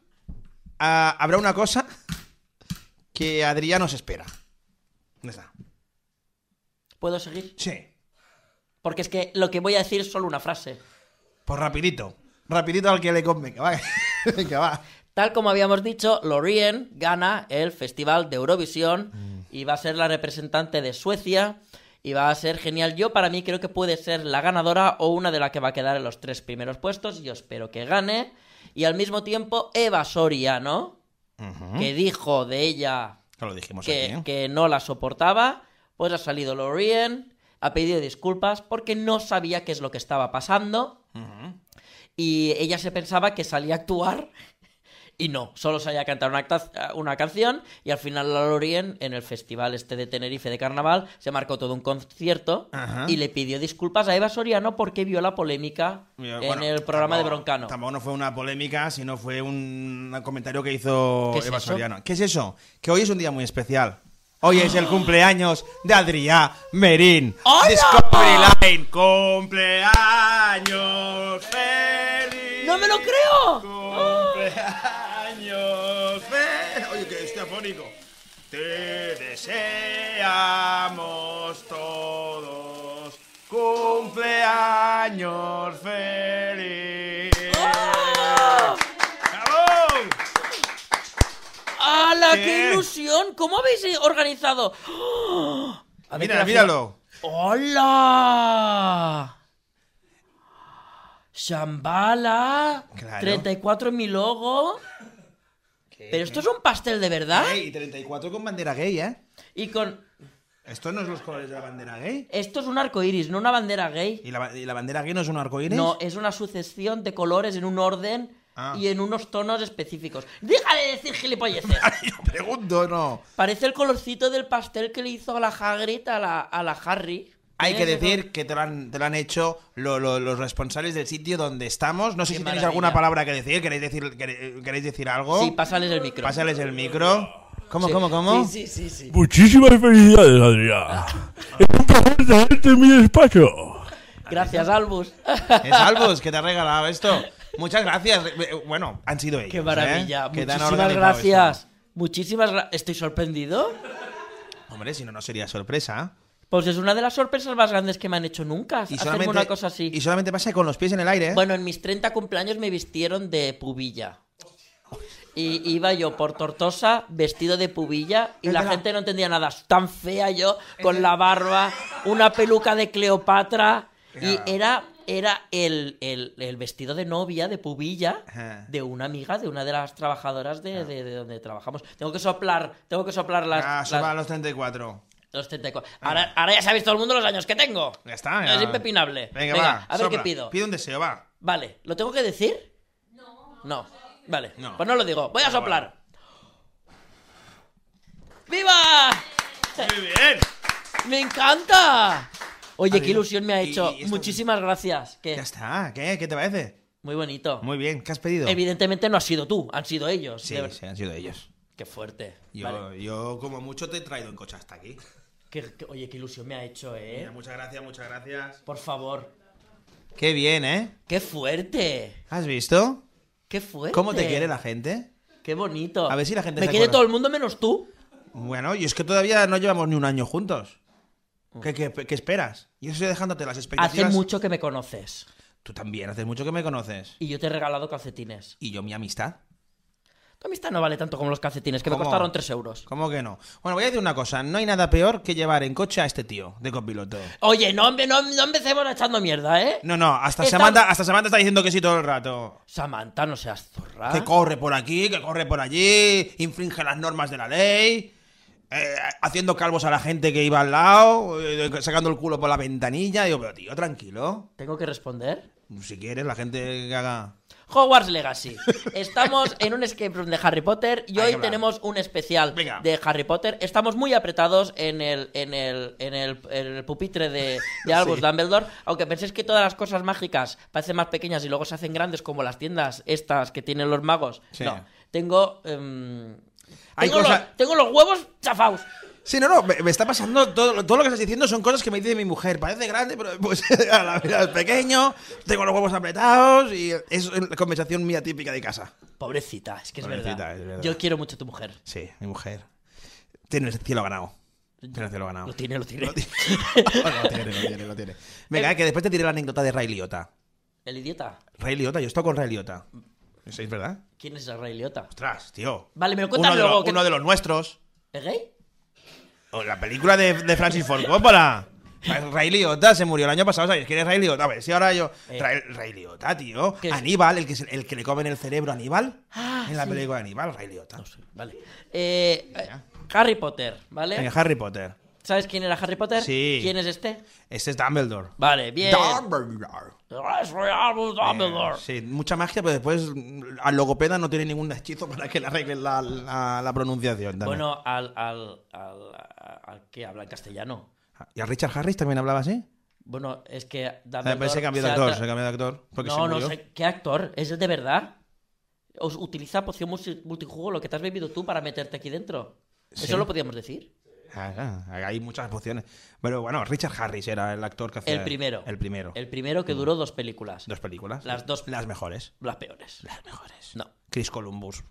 Speaker 2: ah, habrá una cosa que Adrián nos espera. ¿Dónde está?
Speaker 3: ¿Puedo seguir?
Speaker 2: Sí.
Speaker 3: Porque es que lo que voy a decir es solo una frase.
Speaker 2: Pues rapidito. Rapidito al que le convenga. Va. Venga, va.
Speaker 3: Tal como habíamos dicho, Lorien gana el Festival de Eurovisión y va a ser la representante de Suecia y va a ser genial. Yo para mí creo que puede ser la ganadora o una de las que va a quedar en los tres primeros puestos. Yo espero que gane. Y al mismo tiempo Eva Soriano, que dijo de ella
Speaker 2: Ya lo dijimos
Speaker 3: que,
Speaker 2: aquí, ¿eh?
Speaker 3: que no la soportaba, pues ha salido Lorien, ha pedido disculpas porque no sabía qué es lo que estaba pasando y ella se pensaba que salía a actuar y no, solo salía a cantar una, acta- una canción y al final la Lorien en el festival este de Tenerife de Carnaval se marcó todo un concierto
Speaker 2: Ajá.
Speaker 3: y le pidió disculpas a Eva Soriano porque vio la polémica
Speaker 2: Mira,
Speaker 3: en
Speaker 2: bueno,
Speaker 3: el programa
Speaker 2: tampoco-
Speaker 3: de Broncano.
Speaker 2: Tampoco no fue una polémica, sino fue un comentario que hizo
Speaker 3: ¿Qué es
Speaker 2: Eva
Speaker 3: eso?
Speaker 2: Soriano. ¿Qué es eso? Que hoy es un día muy especial. Hoy es el cumpleaños de Adrián Merín.
Speaker 3: ¡Hola!
Speaker 2: Discovery Line. ¡Cumpleaños feliz!
Speaker 3: ¡No me lo creo!
Speaker 2: ¡Cumpleaños feliz! Oye, que esté afónico. Te deseamos todos cumpleaños feliz.
Speaker 3: ¡Oh!
Speaker 2: ¡Bravo!
Speaker 3: ¡Hala,
Speaker 2: ¿Qué?
Speaker 3: qué ilusión! ¿Cómo habéis organizado? ¡Oh! A ver,
Speaker 2: Míralo,
Speaker 3: ¿qué hacía?
Speaker 2: míralo.
Speaker 3: ¡Hola! ¡Shambhala!
Speaker 2: Claro.
Speaker 3: 34 en mi logo. ¿Pero esto es un pastel de verdad?
Speaker 2: Ey, 34 con bandera gay, ¿eh?
Speaker 3: Y con.
Speaker 2: Esto no es los colores de la bandera gay.
Speaker 3: Esto es un arco iris, no una bandera gay.
Speaker 2: ¿Y la, y la bandera gay no es un arcoíris?
Speaker 3: No, es una sucesión de colores en un orden
Speaker 2: Ah.
Speaker 3: y en unos tonos específicos. ¡Deja de decir gilipolleces!
Speaker 2: Yo pregunto, no.
Speaker 3: Parece el colorcito del pastel que le hizo a la Hagrid, a la, a la Harry. ¿Eh?
Speaker 2: Hay que
Speaker 3: ¿Ves?
Speaker 2: decir que te lo han, te lo han hecho lo- lo- los responsables del sitio donde estamos. No sé
Speaker 3: Qué
Speaker 2: si tenéis
Speaker 3: maravilla.
Speaker 2: alguna palabra que decir. ¿Queréis decir, quere- queréis decir algo?
Speaker 3: Sí, pásales el micro.
Speaker 2: Pásales el micro. ¿Cómo,
Speaker 3: Sí.
Speaker 2: cómo, cómo?
Speaker 3: Sí, sí, sí, sí.
Speaker 5: Muchísimas felicidades, Adrián. Es un placer tenerte en mi despacho.
Speaker 3: Gracias, Albus.
Speaker 2: Es Albus que te ha regalado esto. Muchas gracias. Eh, Bueno, han sido ellos.
Speaker 3: Qué
Speaker 2: ¿eh?
Speaker 3: maravilla.
Speaker 2: Que te han
Speaker 3: Muchísimas
Speaker 2: organizado esto.
Speaker 3: gracias. Muchísimas gracias. Estoy sorprendido.
Speaker 2: Hombre, si no, no sería sorpresa.
Speaker 3: Pues es una de las sorpresas más grandes que me han hecho nunca. Hacerme una cosa así.
Speaker 2: Y solamente pasa con los pies en el aire. ¿eh?
Speaker 3: Bueno, en mis 30 cumpleaños me vistieron de pubilla. Y iba yo por Tortosa vestido de pubilla y la
Speaker 2: Espera.
Speaker 3: gente no entendía nada. Tan fea yo, con la barba, una peluca de Cleopatra. Y
Speaker 2: Ya.
Speaker 3: era, era el, el- el vestido de novia, de pubilla,
Speaker 2: Ajá.
Speaker 3: de una amiga, de una de las trabajadoras de, de- de donde trabajamos. Tengo que soplar, tengo que soplar las,
Speaker 2: ah,
Speaker 3: las-
Speaker 2: suma los 34.
Speaker 3: los 34. Ahora, ahora ya sabéis todo el mundo los años que tengo.
Speaker 2: Ya está.
Speaker 3: Es
Speaker 2: ya.
Speaker 3: impepinable.
Speaker 2: Venga, va,
Speaker 3: a ver
Speaker 2: sopla.
Speaker 3: qué pido.
Speaker 2: Pide un deseo, va.
Speaker 3: Vale, ¿lo tengo que decir? No. No. Vale,
Speaker 2: No. Ah,
Speaker 3: pues no lo digo. Voy a soplar. ¡Viva!
Speaker 2: Muy bien.
Speaker 3: ¡Me encanta! Oye, qué
Speaker 2: Adiós.
Speaker 3: ilusión me ha
Speaker 2: Y-
Speaker 3: hecho.
Speaker 2: y esto-
Speaker 3: Muchísimas gracias. Que
Speaker 2: Ya está. ¿Qué? ¿Qué te parece?
Speaker 3: muy bonito.
Speaker 2: Muy bien. ¿Qué has pedido?
Speaker 3: Evidentemente no has sido tú, han sido ellos.
Speaker 2: Sí,
Speaker 3: de ver-
Speaker 2: sí, han sido ellos.
Speaker 3: Qué fuerte.
Speaker 2: Yo,
Speaker 3: Vale. ¿Eh?
Speaker 2: yo, como mucho, te he traído en coche hasta aquí.
Speaker 3: Qué- qué- oye, qué ilusión me ha hecho, ¿eh?
Speaker 2: Mira, muchas gracias, muchas gracias.
Speaker 3: Por favor.
Speaker 2: Qué bien, ¿eh?
Speaker 3: ¡Qué fuerte!
Speaker 2: ¿Has visto?
Speaker 3: ¡Qué fuerte!
Speaker 2: ¿Cómo te quiere la gente?
Speaker 3: ¡Qué bonito!
Speaker 2: A ver si la gente
Speaker 3: Me
Speaker 2: se
Speaker 3: quiere
Speaker 2: acuerda.
Speaker 3: todo el mundo menos tú.
Speaker 2: Bueno, y es que todavía no llevamos ni un año juntos. ¿Qué, qué- qué esperas? Yo estoy dejándote las expectativas.
Speaker 3: Hace mucho que me conoces.
Speaker 2: Tú también, hace mucho que me conoces.
Speaker 3: Y yo te he regalado calcetines.
Speaker 2: Y yo mi amistad.
Speaker 3: Tu amistad no vale tanto como los calcetines, que me
Speaker 2: ¿Cómo?
Speaker 3: costaron 3 euros.
Speaker 2: ¿Cómo que no? Bueno, voy a decir una cosa. No hay nada peor que llevar en coche a este tío de copiloto.
Speaker 3: Oye, no, empe- no, no empecemos echando mierda, ¿eh?
Speaker 2: No, no, hasta
Speaker 3: Está-
Speaker 2: Samantha, hasta Samantha está diciendo que sí todo el rato.
Speaker 3: Samantha, no seas zorra.
Speaker 2: Que corre por aquí, que corre por allí, infringe las normas de la ley, eh, haciendo calvos a la gente que iba al lado, eh, sacando el culo por la ventanilla. Digo, pero tío, tranquilo.
Speaker 3: ¿Tengo que responder?
Speaker 2: Si quieres, la gente que haga...
Speaker 3: Hogwarts Legacy. Estamos en un escape room de Harry Potter y
Speaker 2: que
Speaker 3: hoy
Speaker 2: hablar.
Speaker 3: tenemos un especial
Speaker 2: Venga.
Speaker 3: de Harry Potter. Estamos muy apretados en el, en el, en el, en el pupitre de, de Albus Dumbledore. Aunque penséis que todas las cosas mágicas parecen más pequeñas y luego se hacen grandes, como las tiendas estas que tienen los magos.
Speaker 2: Sí.
Speaker 3: No, tengo. em,
Speaker 2: Hay
Speaker 3: tengo,
Speaker 2: cosa-
Speaker 3: los, tengo los huevos chafaos.
Speaker 2: Sí, no, no, me, me está pasando todo, todo lo que estás diciendo son cosas que me dice mi mujer. Parece grande, pero pues a la vez es pequeño, tengo los huevos apretados y es la conversación mía típica de casa.
Speaker 3: Pobrecita, es que es,
Speaker 2: Pobrecita,
Speaker 3: verdad.
Speaker 2: es verdad.
Speaker 3: Yo quiero mucho a tu mujer.
Speaker 2: Sí, mi mujer. Tiene el cielo ganado. Tiene el cielo ganado.
Speaker 3: Lo tiene, lo tiene.
Speaker 2: Bueno, lo tiene, lo tiene, lo tiene. Venga, eh, que después te diré la anécdota de Ray Liotta.
Speaker 3: El idiota.
Speaker 2: Ray Liotta, yo he estado con Ray Liotta. ¿Eso es verdad?
Speaker 3: ¿Quién es el rey idiota?
Speaker 2: Ostras, tío.
Speaker 3: Vale, me lo cuentas
Speaker 2: uno de
Speaker 3: luego,
Speaker 2: los-
Speaker 3: que-
Speaker 2: uno de los nuestros.
Speaker 3: ¿Es gay?
Speaker 2: O la película de, de Francis Ford Coppola. Ray Liotta se murió el año pasado, ¿sabes quién es Ray Liotta? A ver, si ahora yo...
Speaker 3: Eh.
Speaker 2: Ray, Ray Liotta, tío.
Speaker 3: ¿Qué es?
Speaker 2: Aníbal, el que, se- el que le comen el cerebro a Aníbal.
Speaker 3: Ah,
Speaker 2: en la
Speaker 3: sí.
Speaker 2: película de Aníbal, Ray Liotta.
Speaker 3: No sé, vale. Eh, eh, Harry Potter, ¿vale?
Speaker 2: Venga, Harry Potter.
Speaker 3: ¿Sabes quién era Harry Potter?
Speaker 2: Sí.
Speaker 3: ¿Quién es este?
Speaker 2: Este es Dumbledore.
Speaker 3: Vale, bien.
Speaker 2: Dumbledore.
Speaker 3: Es Albus Dumbledore.
Speaker 2: Sí, mucha magia, pero después mm, al logopeda no tiene ningún hechizo para que le arreglen la, la- la pronunciación. también.
Speaker 3: Bueno, al, al, al, al que habla en castellano.
Speaker 2: ¿Y a Richard Harris también hablaba así?
Speaker 3: Bueno, es que
Speaker 2: Ah, pero
Speaker 3: Dumbledore...
Speaker 2: Se cambió de
Speaker 3: se ha
Speaker 2: actor,
Speaker 3: tra-
Speaker 2: se cambió de actor. Porque se
Speaker 3: no, no
Speaker 2: murió.
Speaker 3: sé. ¿Qué actor? ¿Es de verdad? ¿Os utiliza poción multi- multijugo, lo que te has bebido tú, para meterte aquí dentro?
Speaker 2: Sí.
Speaker 3: ¿Eso lo podíamos decir?
Speaker 2: Ah, ah, hay muchas opciones. Pero bueno, Richard Harris era el actor que hacía.
Speaker 3: El primero.
Speaker 2: El primero.
Speaker 3: El primero que duró dos películas.
Speaker 2: Mm. Dos películas.
Speaker 3: Las dos-
Speaker 2: Las mejores.
Speaker 3: Las peores.
Speaker 2: Las mejores.
Speaker 3: No.
Speaker 2: Chris Columbus.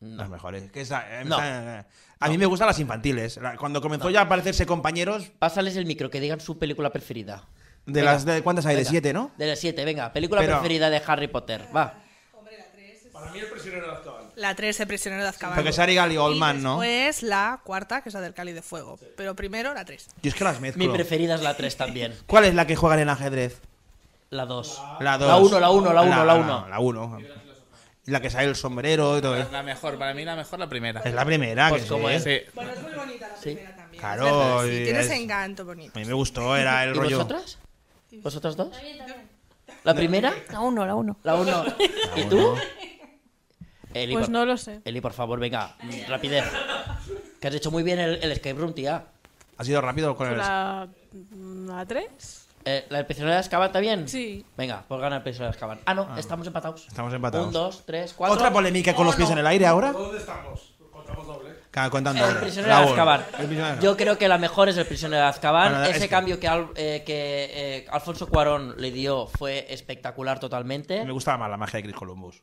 Speaker 3: No.
Speaker 2: Las mejores. Que esa- eh,
Speaker 3: No.
Speaker 2: esa- a mí me gustan las infantiles. La- Cuando comenzó ya a parecerse compañeros,
Speaker 3: Pásales el micro, que digan su película preferida.
Speaker 2: de
Speaker 3: Venga.
Speaker 2: las de, ¿cuántas hay? De
Speaker 3: Venga.
Speaker 2: siete, ¿no?
Speaker 3: De las siete, venga. Película
Speaker 2: Pero-
Speaker 3: preferida de Harry Potter. Va.
Speaker 6: La 3, el prisionero de Azkaban.
Speaker 2: Porque Sari Gali Oldman,
Speaker 6: y
Speaker 2: ¿no? Yo
Speaker 6: después la cuarta, que es la del Cali de Fuego. Pero primero la 3.
Speaker 2: es que las mezclo.
Speaker 3: Mi preferida es la tres también.
Speaker 2: ¿Cuál es la que juegan en ajedrez?
Speaker 3: La dos.
Speaker 2: La
Speaker 3: La
Speaker 2: 2.
Speaker 3: uno, la uno, la uno, la uno.
Speaker 2: La 1. La que sale el sombrero y todo eso.
Speaker 7: La mejor, para mí la mejor, la primera.
Speaker 2: Es la primera
Speaker 3: Pues
Speaker 2: que
Speaker 3: como
Speaker 2: sí. ¿eh?
Speaker 3: es.
Speaker 7: Sí.
Speaker 6: Bueno, es muy bonita la primera también.
Speaker 2: Claro,
Speaker 6: es verdad,
Speaker 2: y
Speaker 6: sí, tiene
Speaker 2: es-
Speaker 6: ese encanto bonito.
Speaker 2: A mí me gustó, era el
Speaker 3: ¿Y
Speaker 2: rollo.
Speaker 3: vosotras? ¿Vosotras dos? ¿La primera?
Speaker 8: La uno, la uno.
Speaker 3: La uno. ¿Y tú? Eli,
Speaker 4: Pues
Speaker 3: por-
Speaker 4: no lo sé.
Speaker 3: Eli, por favor, venga. mm, Rapidez. Que has hecho muy bien el, el escape room, tía.
Speaker 2: Ha sido rápido con el.
Speaker 4: ¿La, la 3?
Speaker 3: Eh, ¿La del prisionero de Azkaban también?
Speaker 4: Sí.
Speaker 3: Venga, pues gana el prisionero de Azkaban. Ah, no, estamos empatados.
Speaker 2: Estamos empatados.
Speaker 3: Un, dos, tres, cuatro.
Speaker 2: Otra polémica con los pies en el aire ahora. ¿Dónde estamos? Contamos doble.
Speaker 3: El prisionero de Azkaban. Yo creo que la mejor es el prisionero de Azkaban.
Speaker 2: Bueno,
Speaker 3: Ese
Speaker 2: es que-
Speaker 3: cambio que, Al- eh, que, eh, Alfonso Cuarón le dio fue espectacular totalmente.
Speaker 2: Me gustaba más la magia de Chris Columbus.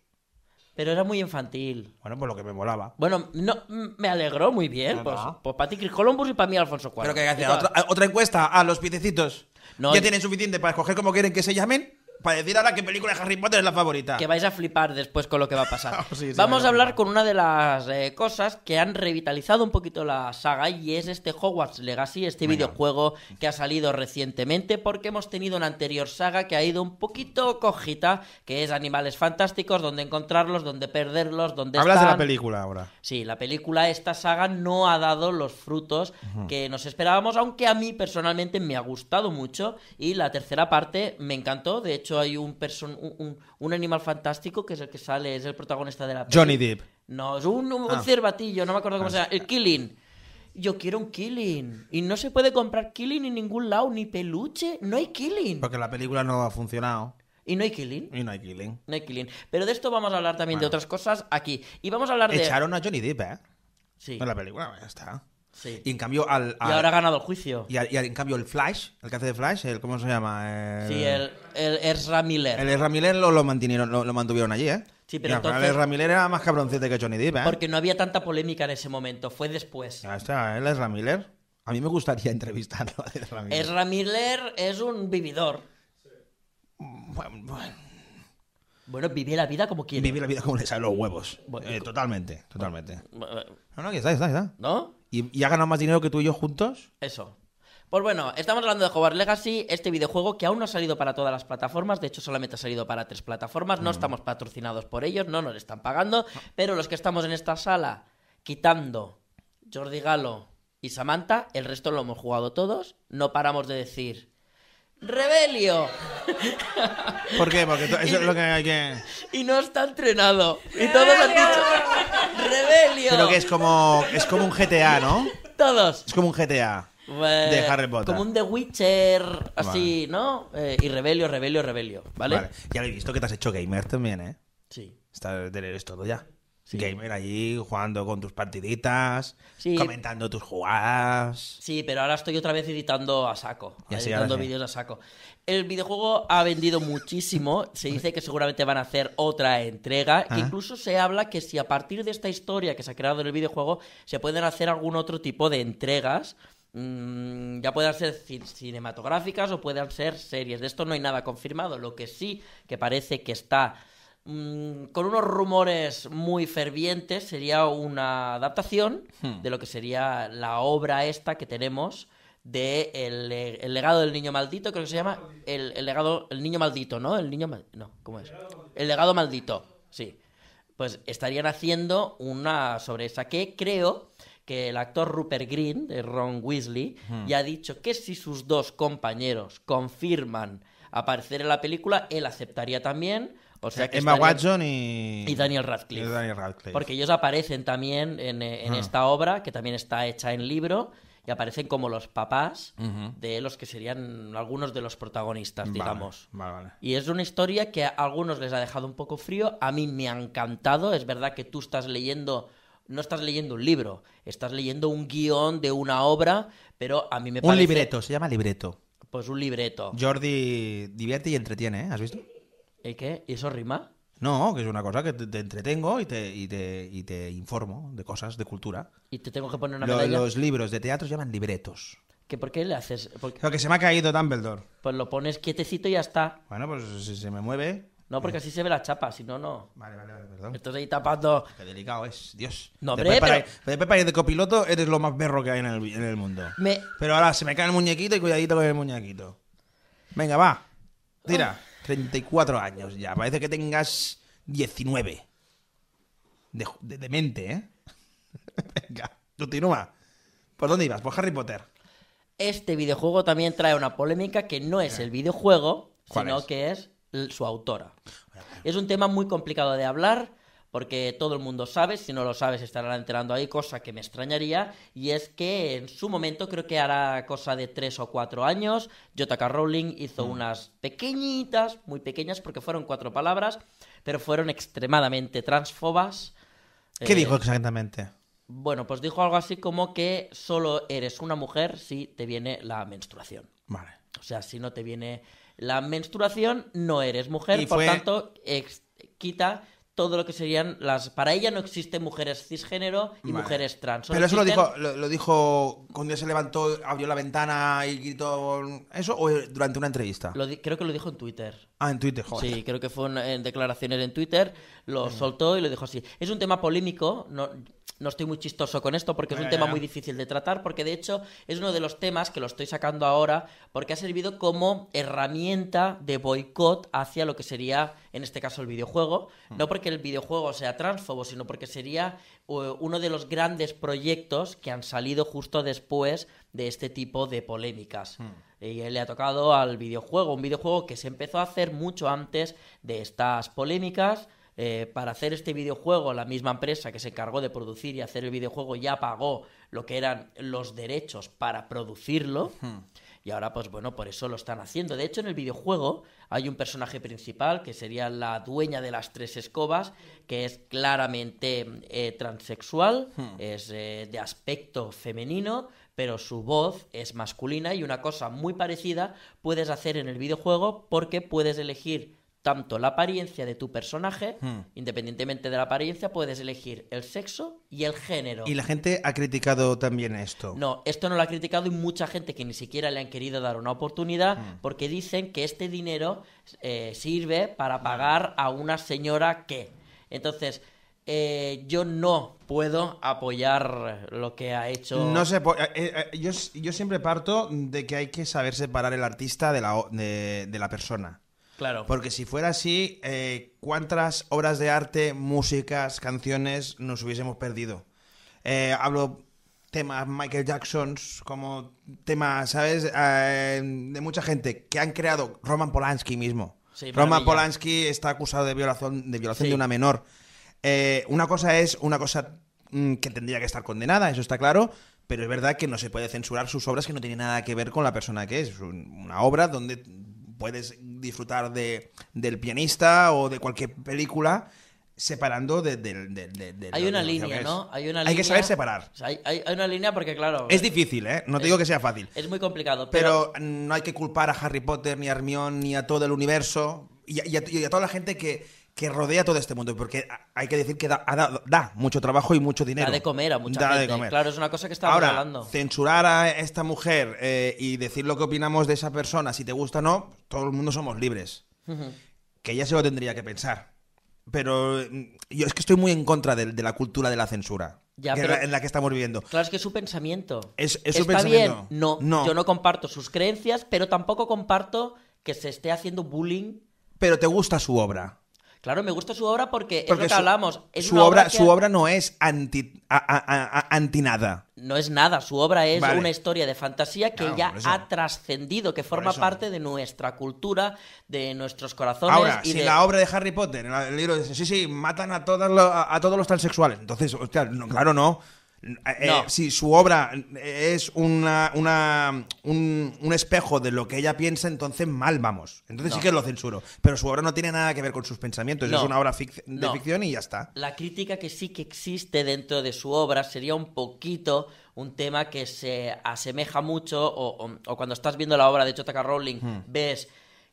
Speaker 3: Pero era muy infantil.
Speaker 2: Bueno, pues lo que me molaba.
Speaker 3: Bueno, no, mm, me alegró muy bien. Pues, pues para ti Chris Columbus y para mí Alfonso Cuarón.
Speaker 2: Ah, Pero que
Speaker 3: Y
Speaker 2: hacía
Speaker 3: toda-
Speaker 2: otra, a- otra encuesta a los piececitos.
Speaker 3: No,
Speaker 2: ¿Ya
Speaker 3: y-
Speaker 2: tienen suficiente para escoger cómo quieren que se llamen? Para decir ahora qué película de Harry Potter es la favorita.
Speaker 3: Que vais a flipar después con lo que va a pasar.
Speaker 2: Oh, Sí, sí,
Speaker 3: Vamos
Speaker 2: vaya
Speaker 3: a hablar con una de las eh, cosas que han revitalizado un poquito la saga y es este Hogwarts Legacy, este videojuego que ha salido recientemente porque hemos tenido una anterior saga que ha ido un poquito cojita, que es Animales Fantásticos, donde encontrarlos, donde perderlos, donde
Speaker 2: Hablas de la
Speaker 3: están.
Speaker 2: película ahora.
Speaker 3: Sí, la película, esta saga no ha dado los frutos que nos esperábamos, aunque a mí personalmente me ha gustado mucho y la tercera parte me encantó. De hecho, hay un, person un, un- un animal fantástico que es el que sale, es el protagonista de la peli.
Speaker 2: Johnny Depp.
Speaker 3: No, es un, un
Speaker 2: Ah.
Speaker 3: cervatillo, no me acuerdo cómo se llama. El Killing. Yo quiero un Killing. Y no se puede comprar Killing en ningún lado, ni peluche. No hay Killing.
Speaker 2: Porque la película no ha funcionado.
Speaker 3: Y no hay Killing.
Speaker 2: Y no hay killing.
Speaker 3: No hay Killing. Pero de esto vamos a hablar también de otras cosas aquí. Y vamos a hablar de...
Speaker 2: Echaron a Johnny Depp, ¿eh?
Speaker 3: Sí,
Speaker 2: En la película, ya está.
Speaker 3: sí.
Speaker 2: Y en cambio, al.
Speaker 3: Y
Speaker 2: al-
Speaker 3: ahora ha ganado el juicio.
Speaker 2: y al- y al- en cambio, el Flash, el que hace de Flash, el, ¿cómo se llama? El,
Speaker 3: Sí, el, el Ezra Miller.
Speaker 2: El Ezra Miller lo, lo mantinieron, lo, lo mantuvieron allí, ¿eh?
Speaker 3: Sí, pero
Speaker 2: Y al final
Speaker 3: entonces-
Speaker 2: El Ezra Miller era más cabroncete que Johnny Depp, ¿eh?
Speaker 3: Porque no había tanta polémica en ese momento, fue después.
Speaker 2: Ya está, ¿eh? el Ezra Miller. A mí me gustaría entrevistarlo a Ezra Miller.
Speaker 3: Ezra Miller es un vividor.
Speaker 2: Bueno, bueno,
Speaker 3: Bueno, vive la vida como quiere.
Speaker 2: vivir la vida como le salen los huevos.
Speaker 3: Bueno,
Speaker 2: Eh,
Speaker 3: y co-
Speaker 2: totalmente, totalmente.
Speaker 3: Eh,
Speaker 2: No, no, que está, que está, que está.
Speaker 3: ¿No?
Speaker 2: ¿Y, y ha ganado más dinero que tú y yo juntos?
Speaker 3: Eso. Pues bueno, estamos hablando de Hogwarts Legacy, este videojuego que aún no ha salido para todas las plataformas, de hecho solamente ha salido para tres plataformas, no estamos patrocinados por ellos, no nos están pagando, pero los que estamos en esta sala, quitando Jordi Galo y Samantha, el resto lo hemos jugado todos, no paramos de decir... ¡Rebelio!
Speaker 2: ¿Por qué? Porque to- eso es lo que hay que...
Speaker 3: y no está entrenado. Y todos han dicho ¡Rebelio!
Speaker 2: Creo que es como, es como un GTA, ¿no?
Speaker 3: Todos.
Speaker 2: Es como un GTA.
Speaker 3: Eh,
Speaker 2: De Harry Potter.
Speaker 3: Como un The Witcher, así, ¿no? Eh, y Rebelio, Rebelio, Rebelio, ¿vale?
Speaker 2: Ya lo he visto que te has hecho gamer también, ¿eh?
Speaker 3: Sí.
Speaker 2: Está, eres todo ya. Gamer allí jugando con tus partiditas,
Speaker 3: Sí.
Speaker 2: comentando tus jugadas.
Speaker 3: Sí, pero ahora estoy otra vez editando a saco,
Speaker 2: Ya sí,
Speaker 3: editando
Speaker 2: ahora sí.
Speaker 3: vídeos a saco. El videojuego ha vendido muchísimo, se dice que seguramente van a hacer otra entrega,
Speaker 2: Ah.
Speaker 3: que incluso se habla que si a partir de esta historia que se ha creado en el videojuego se pueden hacer algún otro tipo de entregas, mm, ya puedan ser ci- cinematográficas o puedan ser series. De esto no hay nada confirmado, lo que sí que parece que está... mm, Con unos rumores muy fervientes sería una adaptación
Speaker 2: Hmm.
Speaker 3: de lo que sería la obra esta que tenemos de el, eh, el legado del niño maldito, creo que se llama el, el legado el niño maldito, ¿no? El niño mal- no, ¿cómo es? El legado maldito, sí. Pues estarían haciendo una sobre esa que creo que el actor Rupert Green de Ron Weasley ya ha dicho que si sus dos compañeros confirman aparecer en la película, él aceptaría también, o sea que
Speaker 2: Emma
Speaker 3: estarían-
Speaker 2: Watson y...
Speaker 3: y Daniel Radcliffe.
Speaker 2: y Daniel Radcliffe.
Speaker 3: Porque ellos aparecen también en, eh,
Speaker 2: Ah.
Speaker 3: en esta obra, que también está hecha en libro, y aparecen como los papás de los que serían algunos de los protagonistas,
Speaker 2: Vale,
Speaker 3: digamos.
Speaker 2: Vale, vale.
Speaker 3: Y es una historia que a algunos les ha dejado un poco frío, a mí me ha encantado, es verdad que tú estás leyendo, no estás leyendo un libro, estás leyendo un guión de una obra, pero a mí me
Speaker 2: Un
Speaker 3: parece...
Speaker 2: libreto, se llama libreto.
Speaker 3: Pues un libreto.
Speaker 2: Jordi divierte y entretiene, ¿eh? ¿Has visto?
Speaker 3: ¿Y qué? ¿Y eso rima?
Speaker 2: No, que es una cosa que te, te entretengo y te, y, te, y te informo de cosas, de cultura.
Speaker 3: ¿Y te tengo que poner una
Speaker 2: Lo-
Speaker 3: medalla?
Speaker 2: los libros de teatro se llaman libretos.
Speaker 3: ¿Que ¿Por qué le haces...? Por-
Speaker 2: Lo que se me ha caído Dumbledore.
Speaker 3: Pues lo pones quietecito y ya está.
Speaker 2: Bueno, pues si se me mueve...
Speaker 3: No, porque así se ve la chapa, si no, no.
Speaker 2: Vale, vale, vale, perdón.
Speaker 3: Estás ahí tapando.
Speaker 2: Qué delicado es, Dios.
Speaker 3: No,
Speaker 2: Después
Speaker 3: hombre,
Speaker 2: para,
Speaker 3: pero-
Speaker 2: después para ir de copiloto eres lo más berro que hay en el, en el mundo.
Speaker 3: Me...
Speaker 2: Pero ahora se me cae el muñequito y cuidadito con el muñequito. Venga, va. Tira.
Speaker 3: Ah.
Speaker 2: 34 años ya. Parece que tengas 19. De, ju- de, de mente, ¿eh? Venga, continúa. ¿Por dónde ibas? Por Harry Potter.
Speaker 3: Este videojuego también trae una polémica que no es el videojuego,
Speaker 2: ¿Cuál
Speaker 3: sino
Speaker 2: es?
Speaker 3: que es l- su autora. Es un tema muy complicado de hablar porque todo el mundo sabe, si no lo sabes estarán enterando ahí, cosa que me extrañaría, y es que en su momento, creo que hará cosa de tres o cuatro años, J.K. Rowling
Speaker 2: Mm.
Speaker 3: hizo unas pequeñitas, muy pequeñas, porque fueron cuatro palabras, pero fueron extremadamente transfobas.
Speaker 2: ¿Qué
Speaker 3: Eh,
Speaker 2: dijo exactamente?
Speaker 3: Bueno, pues dijo algo así como que solo eres una mujer si te viene la menstruación.
Speaker 2: Vale.
Speaker 3: O sea, si no te viene la menstruación, no eres mujer.
Speaker 2: Y
Speaker 3: por
Speaker 2: fue-
Speaker 3: tanto, ex- quita todo lo que serían las... Para ella no existen mujeres cisgénero y
Speaker 2: Vale.
Speaker 3: mujeres trans. Solo
Speaker 2: Pero eso lo
Speaker 3: existen-
Speaker 2: dijo, lo, lo dijo cuando se levantó, abrió la ventana y gritó eso o durante una entrevista.
Speaker 3: lo di- Creo que lo dijo en Twitter.
Speaker 2: Ah, en Twitter, joder. Mm.
Speaker 3: Sí, creo que fue en, en declaraciones en Twitter, lo soltó y lo dijo así. Es un tema polémico, no, no estoy muy chistoso con esto porque es
Speaker 2: Ya,
Speaker 3: un
Speaker 2: ya,
Speaker 3: tema
Speaker 2: ya.
Speaker 3: muy difícil de tratar, porque de hecho es uno de los temas que lo estoy sacando ahora porque ha servido como herramienta de boicot hacia lo que sería, en este caso, el videojuego.
Speaker 2: Mm.
Speaker 3: No porque el videojuego sea transfobo, sino porque sería eh, uno de los grandes proyectos que han salido justo después de este tipo de polémicas.
Speaker 2: Mm.
Speaker 3: Y le ha tocado al videojuego, un videojuego que se empezó a hacer mucho antes de estas polémicas. Eh, para hacer este videojuego, la misma empresa que se encargó de producir y hacer el videojuego ya pagó lo que eran los derechos para producirlo. Y ahora, pues bueno, por eso lo están haciendo. De hecho, en el videojuego hay un personaje principal que sería la dueña de las tres escobas, que es claramente eh, transexual, es eh, de aspecto femenino, pero su voz es masculina y una cosa muy parecida puedes hacer en el videojuego porque puedes elegir tanto la apariencia de tu personaje,
Speaker 2: Hmm.
Speaker 3: independientemente de la apariencia, puedes elegir el sexo y el género.
Speaker 2: Y la gente ha criticado también esto.
Speaker 3: No, esto no lo ha criticado y mucha gente que ni siquiera le han querido dar una oportunidad
Speaker 2: Hmm.
Speaker 3: porque dicen que este dinero eh, sirve para pagar a una señora que. Entonces, eh, yo no puedo apoyar lo que ha hecho.
Speaker 2: No sé, po- eh, eh, eh, yo, s- yo siempre parto de que hay que saber separar el artista de la, o- de, de la persona.
Speaker 3: Claro.
Speaker 2: Porque si fuera así, eh, ¿cuántas obras de arte, músicas, canciones nos hubiésemos perdido? Eh, hablo temas Michael Jackson, como temas, ¿sabes? Eh, de mucha gente que han creado Roman Polanski mismo.
Speaker 3: Sí,
Speaker 2: Roman
Speaker 3: maravilla.
Speaker 2: Polanski está acusado de violación, de, violación
Speaker 3: Sí.
Speaker 2: de una menor. Eh, una cosa es una cosa mm, que tendría que estar condenada, eso está claro, pero es verdad que no se puede censurar sus obras que no tienen nada que ver con la persona que es. Es un- una obra donde puedes disfrutar de, del pianista o de cualquier película separando de- del- del- del- del-
Speaker 3: Hay una
Speaker 2: del negocio
Speaker 3: línea,
Speaker 2: que es.
Speaker 3: ¿no? Hay una
Speaker 2: Hay que
Speaker 3: línea-
Speaker 2: saber separar.
Speaker 3: O sea, hay, hay- hay una línea porque, claro,
Speaker 2: Es difícil, ¿eh? No te digo que sea fácil.
Speaker 3: es muy complicado. Pero,
Speaker 2: Pero no hay que culpar a Harry Potter, ni a Hermione, ni a todo el universo, y a, y a- y a toda la gente que, que rodea todo este mundo, porque a- hay que decir que da, ha dado- da mucho trabajo y mucho dinero.
Speaker 3: da de comer a mucha
Speaker 2: Da de
Speaker 3: gente.
Speaker 2: comer.
Speaker 3: Claro, es una cosa que estábamos
Speaker 2: Ahora,
Speaker 3: hablando.
Speaker 2: censurar a esta mujer eh, y decir lo que opinamos de esa persona, si te gusta o no, todo el mundo somos libres. Que ella se lo tendría que pensar. Pero mm, yo es que estoy muy en contra del- de, la cultura de la censura
Speaker 3: Ya,
Speaker 2: que
Speaker 3: pero-
Speaker 2: en la- en la que estamos viviendo.
Speaker 3: Claro, es que es su pensamiento.
Speaker 2: Es- es su
Speaker 3: ¿Está
Speaker 2: pensamiento.
Speaker 3: bien? No,
Speaker 2: No.
Speaker 3: Yo no comparto sus creencias, pero tampoco comparto que se esté haciendo bullying.
Speaker 2: Pero te gusta su obra.
Speaker 3: Claro, me gusta su obra porque,
Speaker 2: Porque
Speaker 3: es lo que
Speaker 2: su,
Speaker 3: hablamos. Es
Speaker 2: su
Speaker 3: una
Speaker 2: obra,
Speaker 3: que-
Speaker 2: su obra no es anti, a- a- a- a- anti nada.
Speaker 3: No es nada, su obra es
Speaker 2: Vale.
Speaker 3: una historia de fantasía que
Speaker 2: Claro,
Speaker 3: ya
Speaker 2: por eso.
Speaker 3: ha trascendido, que forma
Speaker 2: eso.
Speaker 3: parte de nuestra cultura, de nuestros corazones.
Speaker 2: Ahora,
Speaker 3: y
Speaker 2: si
Speaker 3: de-
Speaker 2: la obra de Harry Potter, en el libro dice, sí, sí, matan a, todas lo- a, a todos los transexuales. Entonces, hostia, no, claro, no. Eh, eh,
Speaker 3: No.
Speaker 2: Si su obra es una, una- un, un espejo de lo que ella piensa, entonces mal vamos. Entonces sí que lo censuro. Pero su obra no tiene nada que ver con sus pensamientos.
Speaker 3: No.
Speaker 2: Es una obra fic- de
Speaker 3: No.
Speaker 2: ficción y ya está.
Speaker 3: La crítica que sí que existe dentro de su obra sería un poquito un tema que se asemeja mucho, o, o- o cuando estás viendo la obra de J.K. Rowling, ves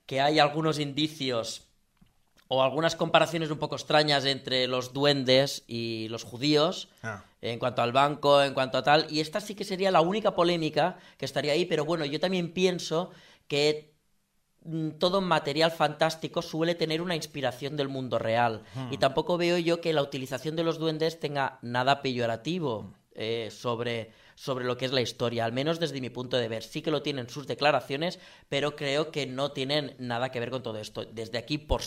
Speaker 3: que hay algunos indicios o algunas comparaciones un poco extrañas entre los duendes y los judíos.
Speaker 2: Ah.
Speaker 3: En cuanto al banco, en cuanto a tal. Y esta sí que sería la única polémica que estaría ahí, pero bueno, yo también pienso que mm, todo material fantástico suele tener una inspiración del mundo real.
Speaker 2: Hmm.
Speaker 3: Y tampoco veo yo que la utilización de los duendes tenga nada
Speaker 2: Hmm.
Speaker 3: peyorativo eh, sobre, sobre lo que es la historia, al menos desde mi punto de ver. Sí que lo tienen sus declaraciones, pero creo que no tienen nada que ver con todo esto. Desde aquí, por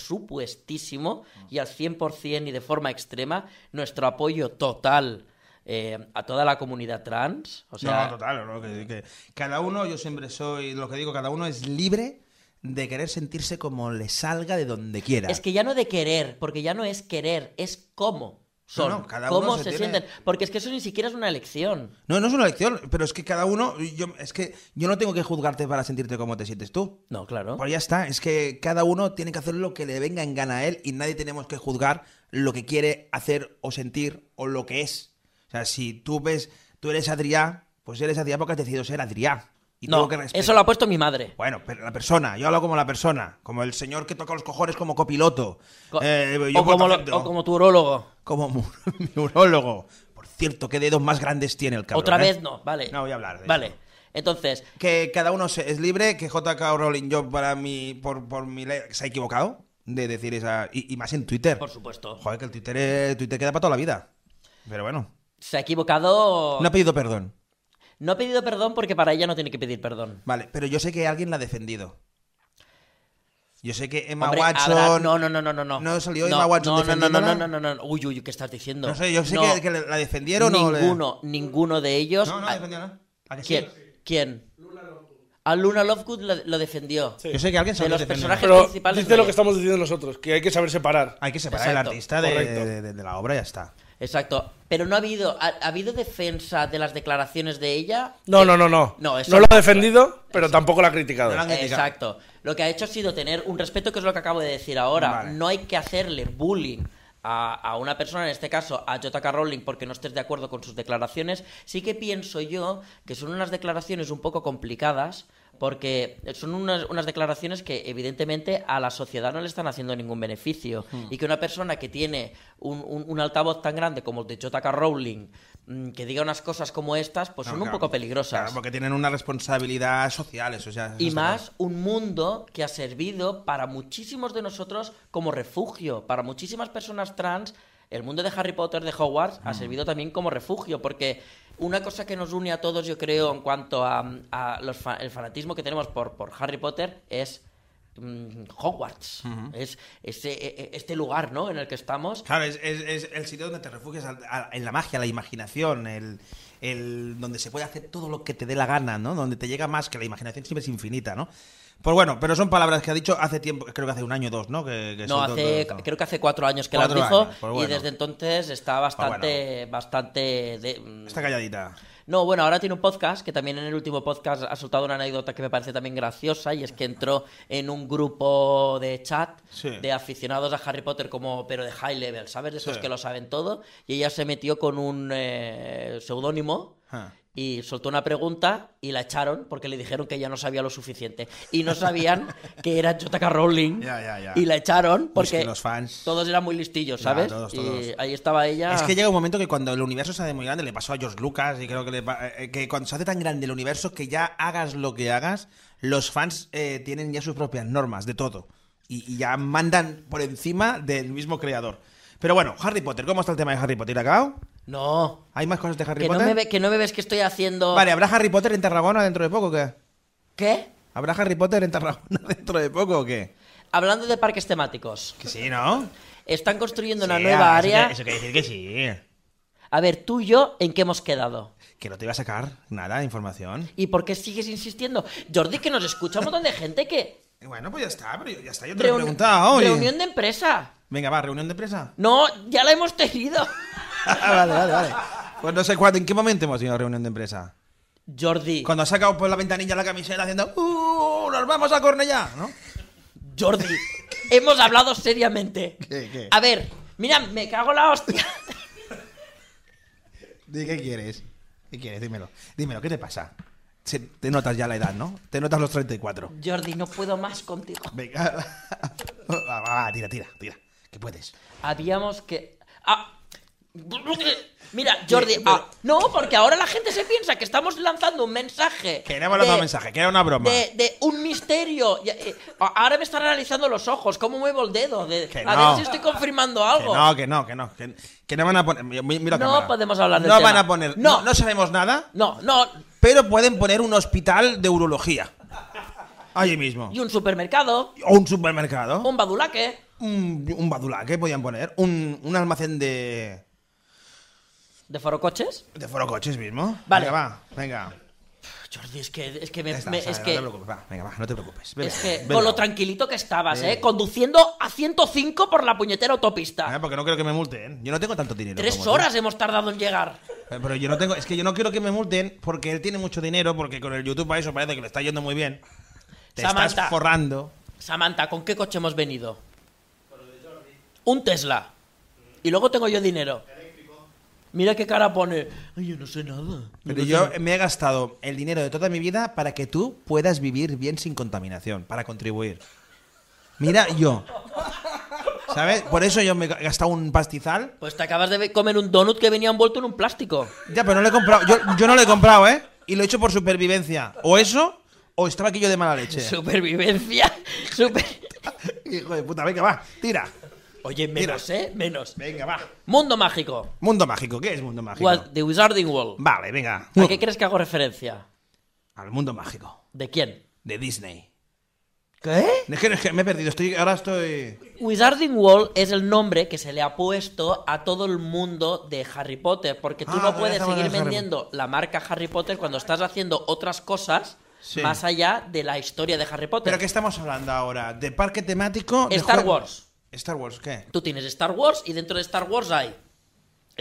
Speaker 3: supuestísimo,
Speaker 2: Hmm.
Speaker 3: y al 100% y de forma extrema, nuestro apoyo total. eh, a toda la comunidad trans, o sea,
Speaker 2: no, total. no, que- que cada uno, yo siempre soy lo que digo, cada uno es libre de querer sentirse como le salga de donde quiera.
Speaker 3: Es que ya no de querer, porque ya no es querer, es cómo son,
Speaker 2: no, cada uno
Speaker 3: cómo
Speaker 2: se
Speaker 3: se,
Speaker 2: tiene-
Speaker 3: sienten. Porque es que eso ni siquiera es una elección.
Speaker 2: No, no es una lección, pero es que cada uno, yo, es que yo no tengo que juzgarte para sentirte como te sientes tú.
Speaker 3: No, claro.
Speaker 2: Pues ya está, es que cada uno tiene que hacer lo que le venga en gana a él y nadie tenemos que juzgar lo que quiere hacer o sentir o lo que es. O sea, si tú ves, tú eres Adrián, pues eres Adrián porque has decidido ser Adrián. Y
Speaker 3: no,
Speaker 2: tengo que respetar.
Speaker 3: eso lo ha puesto mi madre.
Speaker 2: Bueno, pero la persona, yo hablo como la persona, como el señor que toca los cojones como copiloto.
Speaker 3: Co-
Speaker 2: Eh, yo,
Speaker 3: o,
Speaker 2: por
Speaker 3: como lo-
Speaker 2: ejemplo,
Speaker 3: o como tu urólogo.
Speaker 2: como mu- neurólogo. Por cierto, ¿qué dedos más grandes tiene el cabrón?
Speaker 3: Otra
Speaker 2: eh?
Speaker 3: vez no, vale.
Speaker 2: No voy a hablar de
Speaker 3: Vale.
Speaker 2: eso.
Speaker 3: Entonces,
Speaker 2: que cada uno se- es libre, que JK Rowling yo para mí, por, por mi ley, se ha equivocado de decir esa... Y, y más en Twitter.
Speaker 3: por supuesto,
Speaker 2: Joder, que el Twitter, es- Twitter queda para toda la vida. Pero bueno.
Speaker 3: se ha equivocado.
Speaker 2: No ha pedido perdón.
Speaker 3: No ha pedido perdón porque para ella no tiene que pedir perdón.
Speaker 2: Vale, pero yo sé que alguien la ha defendido. Yo sé que Emma
Speaker 3: Hombre,
Speaker 2: Watson...
Speaker 3: habrá- No, no, no, no, no.
Speaker 2: ¿No salió Emma Watson
Speaker 3: no, no, no, no,
Speaker 2: defendiéndola?
Speaker 3: no, no, no. Uy, uy, ¿qué estás diciendo?
Speaker 2: No sé, yo sé
Speaker 3: No,
Speaker 2: que, que le- la defendieron o le-
Speaker 3: Ninguno, ninguno de ellos.
Speaker 2: No, no,
Speaker 3: Ah,
Speaker 2: defendió nada. ¿A que sí?
Speaker 3: ¿Quién? ¿Quién? A Luna Lovegood lo, lo defendió.
Speaker 2: Yo sé que alguien
Speaker 3: De
Speaker 2: salió
Speaker 3: los
Speaker 2: defendiendo.
Speaker 3: personajes
Speaker 5: Pero
Speaker 3: principales
Speaker 5: dice lo
Speaker 3: no
Speaker 5: que
Speaker 3: es.
Speaker 5: estamos diciendo nosotros, que hay que saber separar.
Speaker 2: Hay que separar
Speaker 3: Exacto,
Speaker 2: al artista de,
Speaker 5: correcto.
Speaker 2: de- de- de la obra y ya está.
Speaker 3: Exacto. Pero no ha habido, ha, ha habido defensa de las declaraciones de ella.
Speaker 5: No, no, no, no.
Speaker 3: No, eso
Speaker 5: lo
Speaker 3: no.
Speaker 5: ha defendido, pero tampoco lo ha criticado.
Speaker 2: No la han criticado.
Speaker 3: Exacto. Lo que ha hecho ha sido tener un respeto, que es lo que acabo de decir ahora.
Speaker 2: Vale.
Speaker 3: No hay que hacerle bullying. A, a una persona, en este caso a J.K. Rowling, porque no estés de acuerdo con sus declaraciones, sí que pienso yo que son unas declaraciones un poco complicadas, porque son unas, unas declaraciones que evidentemente a la sociedad no le están haciendo ningún beneficio.
Speaker 2: Hmm.
Speaker 3: Y que una persona que tiene un, un- un altavoz tan grande como el de J.K. Rowling, mm, que diga unas cosas como estas, pues son
Speaker 2: No,
Speaker 3: un
Speaker 2: claro.
Speaker 3: poco peligrosas.
Speaker 2: Claro, porque tienen una responsabilidad social, eso ya... eso
Speaker 3: Y
Speaker 2: está
Speaker 3: más un mundo que ha servido para muchísimos de nosotros como refugio, para muchísimas personas trans. El mundo de Harry Potter, de Hogwarts,
Speaker 2: Mm.
Speaker 3: ha servido también como refugio, porque una cosa que nos une a todos, yo creo, en cuanto a, a los fa- el fanatismo que tenemos por, por Harry Potter, es mm, Hogwarts. Es ese- e- e- este lugar, ¿no? En el que estamos.
Speaker 2: Claro, es, es- es el sitio donde te refugias al- a- en la magia, la imaginación, el, el- donde se puede hacer todo lo que te dé la gana, ¿no? Donde te llega más, que la imaginación siempre es infinita, ¿no? Pues bueno, pero son palabras que ha dicho hace tiempo, creo que hace un año o dos, ¿no? Que, que
Speaker 3: No,
Speaker 2: son
Speaker 3: hace,
Speaker 2: todo- todo-
Speaker 3: creo que hace cuatro años que la
Speaker 2: Cuatro
Speaker 3: dijo
Speaker 2: años, pues bueno.
Speaker 3: y desde entonces está bastante, bastante de, mm,
Speaker 2: Está calladita.
Speaker 3: No, bueno, ahora tiene un podcast que también en el último podcast ha soltado una anécdota que me parece también graciosa y es que entró en un grupo de chat
Speaker 2: Sí.
Speaker 3: de aficionados a Harry Potter como pero de high level, ¿sabes? De esos
Speaker 2: Sí.
Speaker 3: que lo saben todo y ella se metió con un eh, seudónimo
Speaker 2: Ah.
Speaker 3: y soltó una pregunta y la echaron porque le dijeron que ella no sabía lo suficiente y no sabían que era J.K. Rowling
Speaker 2: Ya, ya, ya.
Speaker 3: y la echaron
Speaker 2: Pues
Speaker 3: porque
Speaker 2: que los fans-
Speaker 3: todos eran muy listillos,
Speaker 2: Ya,
Speaker 3: ¿sabes?
Speaker 2: todos,
Speaker 3: Y
Speaker 2: todos.
Speaker 3: ahí estaba ella.
Speaker 2: Es que llega un momento que cuando el universo se hace muy grande, le pasó a George Lucas y creo que, le pa- eh, que cuando se hace tan grande el universo que ya hagas lo que hagas, los fans eh, tienen ya sus propias normas de todo y, y ya mandan por encima del mismo creador. Pero bueno, Harry Potter, ¿cómo está el tema de Harry Potter? ¿Acabado?
Speaker 3: No.
Speaker 2: ¿Hay más cosas de Harry
Speaker 3: Que no,
Speaker 2: Potter?
Speaker 3: me ve- que no me ves que estoy haciendo.
Speaker 2: Vale, ¿habrá Harry Potter en Tarragona dentro de poco o qué?
Speaker 3: ¿Qué?
Speaker 2: ¿Habrá Harry Potter en Tarragona dentro de poco o qué?
Speaker 3: Hablando de parques temáticos,
Speaker 2: Que sí, ¿no?
Speaker 3: están construyendo una
Speaker 2: Sí, ah,
Speaker 3: nueva
Speaker 2: eso
Speaker 3: área.
Speaker 2: quiere- Eso quiere decir que sí.
Speaker 3: A ver, tú y yo, ¿en qué hemos quedado?
Speaker 2: Que no te iba a sacar nada de información.
Speaker 3: ¿Y por qué sigues insistiendo? Jordi, que nos escucha un montón de gente que.
Speaker 2: Y Bueno, pues ya está, pero yo- ya está, yo te lo he
Speaker 3: Reun-
Speaker 2: preguntado. oye.
Speaker 3: Reunión de empresa.
Speaker 2: Venga, va, reunión de presa.
Speaker 3: No, ya la hemos tenido. Ah,
Speaker 2: vale, vale, vale. Pues no sé cuándo, en qué momento hemos tenido reunión de empresa.
Speaker 3: Jordi,
Speaker 2: Cuando ha sacado por la ventanilla la camiseta haciendo ¡Uh! ¡Nos vamos a Cornellá! ¿No?
Speaker 3: Jordi, hemos hablado seriamente.
Speaker 2: ¿Qué, qué?
Speaker 3: A ver, mira, me cago en la hostia.
Speaker 2: Di, ¿Qué quieres? ¿Qué quieres? Dímelo. Dímelo, ¿qué te pasa? Se- te notas ya la edad, ¿no? Te notas los 34.
Speaker 3: Jordi, no puedo más contigo.
Speaker 2: Venga. va, va, va, tira, tira, tira. Que puedes.
Speaker 3: Habíamos que. Ah. Mira, Jordi, ah, no, porque ahora la gente se piensa que estamos lanzando un mensaje.
Speaker 2: Que no hemos
Speaker 3: de-
Speaker 2: lanzado mensaje, que era una broma.
Speaker 3: De, de un misterio. Ya, eh, a- Ahora me están analizando los ojos, cómo muevo el dedo. de-
Speaker 2: Que
Speaker 3: a
Speaker 2: no.
Speaker 3: ver si estoy confirmando
Speaker 2: Que
Speaker 3: algo.
Speaker 2: no, que no, que no. Que, que no van a poner. mi- mi- mira
Speaker 3: No
Speaker 2: cámara.
Speaker 3: podemos hablar del
Speaker 2: No van
Speaker 3: tema.
Speaker 2: a poner.
Speaker 3: No.
Speaker 2: No. no sabemos nada.
Speaker 3: no, no,
Speaker 2: pero pueden poner un hospital de urología. Allí mismo.
Speaker 3: Y un supermercado,
Speaker 2: O un supermercado.
Speaker 3: un badulaque.
Speaker 2: Un, un badulá, ¿qué podían poner? Un, un almacén de.
Speaker 3: ¿De forocoches?
Speaker 2: de forocoches mismo.
Speaker 3: Vale.
Speaker 2: Venga, va, venga.
Speaker 3: Jordi, es que, es que me.
Speaker 2: Ya está,
Speaker 3: me-
Speaker 2: sale,
Speaker 3: es
Speaker 2: no
Speaker 3: que,
Speaker 2: te preocupes, va, venga, va, no te preocupes. Bebe,
Speaker 3: es que
Speaker 2: bebe
Speaker 3: con lo
Speaker 2: agua.
Speaker 3: tranquilito que estabas,
Speaker 2: Bebe.
Speaker 3: ¿eh? Conduciendo a 105 por la puñetera
Speaker 2: Ah,
Speaker 3: autopista.
Speaker 2: porque no creo que me multen. Yo no tengo tanto dinero.
Speaker 3: Tres
Speaker 2: como tú.
Speaker 3: horas hemos tardado en llegar.
Speaker 2: Eh, Pero yo no tengo. Es que yo no quiero que me multen porque él tiene mucho dinero. Porque con el YouTube a eso parece que le está yendo muy bien. Te
Speaker 3: Samantha.
Speaker 2: estás forrando.
Speaker 3: Samantha, ¿con qué coche hemos venido? Un Tesla. Y luego tengo yo dinero. Mira qué cara pone. Ay, yo no sé nada.
Speaker 2: Pero yo me he gastado el dinero de toda mi vida para que tú puedas vivir bien sin contaminación, para contribuir. Mira, yo. ¿Sabes? Por eso yo me he gastado un pastizal.
Speaker 3: Pues te acabas de comer un donut que venía envuelto en un plástico.
Speaker 2: Ya, pero no le he comprado. Yo, yo no le he comprado, ¿eh? Y lo he hecho por supervivencia. O eso, o estaba aquí yo de mala leche.
Speaker 3: Supervivencia. Super...
Speaker 2: Hijo de puta, venga, va, tira.
Speaker 3: Oye, menos, ¿eh? Menos.
Speaker 2: Venga, va.
Speaker 3: Mundo mágico.
Speaker 2: Mundo mágico, ¿qué es mundo mágico?
Speaker 3: Wa- The Wizarding World.
Speaker 2: Vale, venga.
Speaker 3: ¿A qué crees que hago referencia?
Speaker 2: Al mundo mágico.
Speaker 3: ¿De quién?
Speaker 2: De Disney.
Speaker 3: ¿Qué?
Speaker 2: Es que, es que me he perdido, estoy, ahora estoy.
Speaker 3: Wizarding World es el nombre que se le ha puesto a todo el mundo de Harry Potter, porque tú
Speaker 2: Ah,
Speaker 3: no
Speaker 2: todavía
Speaker 3: puedes
Speaker 2: estamos
Speaker 3: seguir
Speaker 2: en Harry
Speaker 3: vendiendo la marca Harry Potter cuando estás haciendo otras cosas
Speaker 2: Sí.
Speaker 3: más allá de la historia de Harry Potter.
Speaker 2: ¿Pero qué estamos hablando ahora? ¿De parque temático? de
Speaker 3: Star
Speaker 2: juego-
Speaker 3: Wars.
Speaker 2: ¿Star Wars qué?
Speaker 3: Tú tienes Star Wars y dentro de Star Wars hay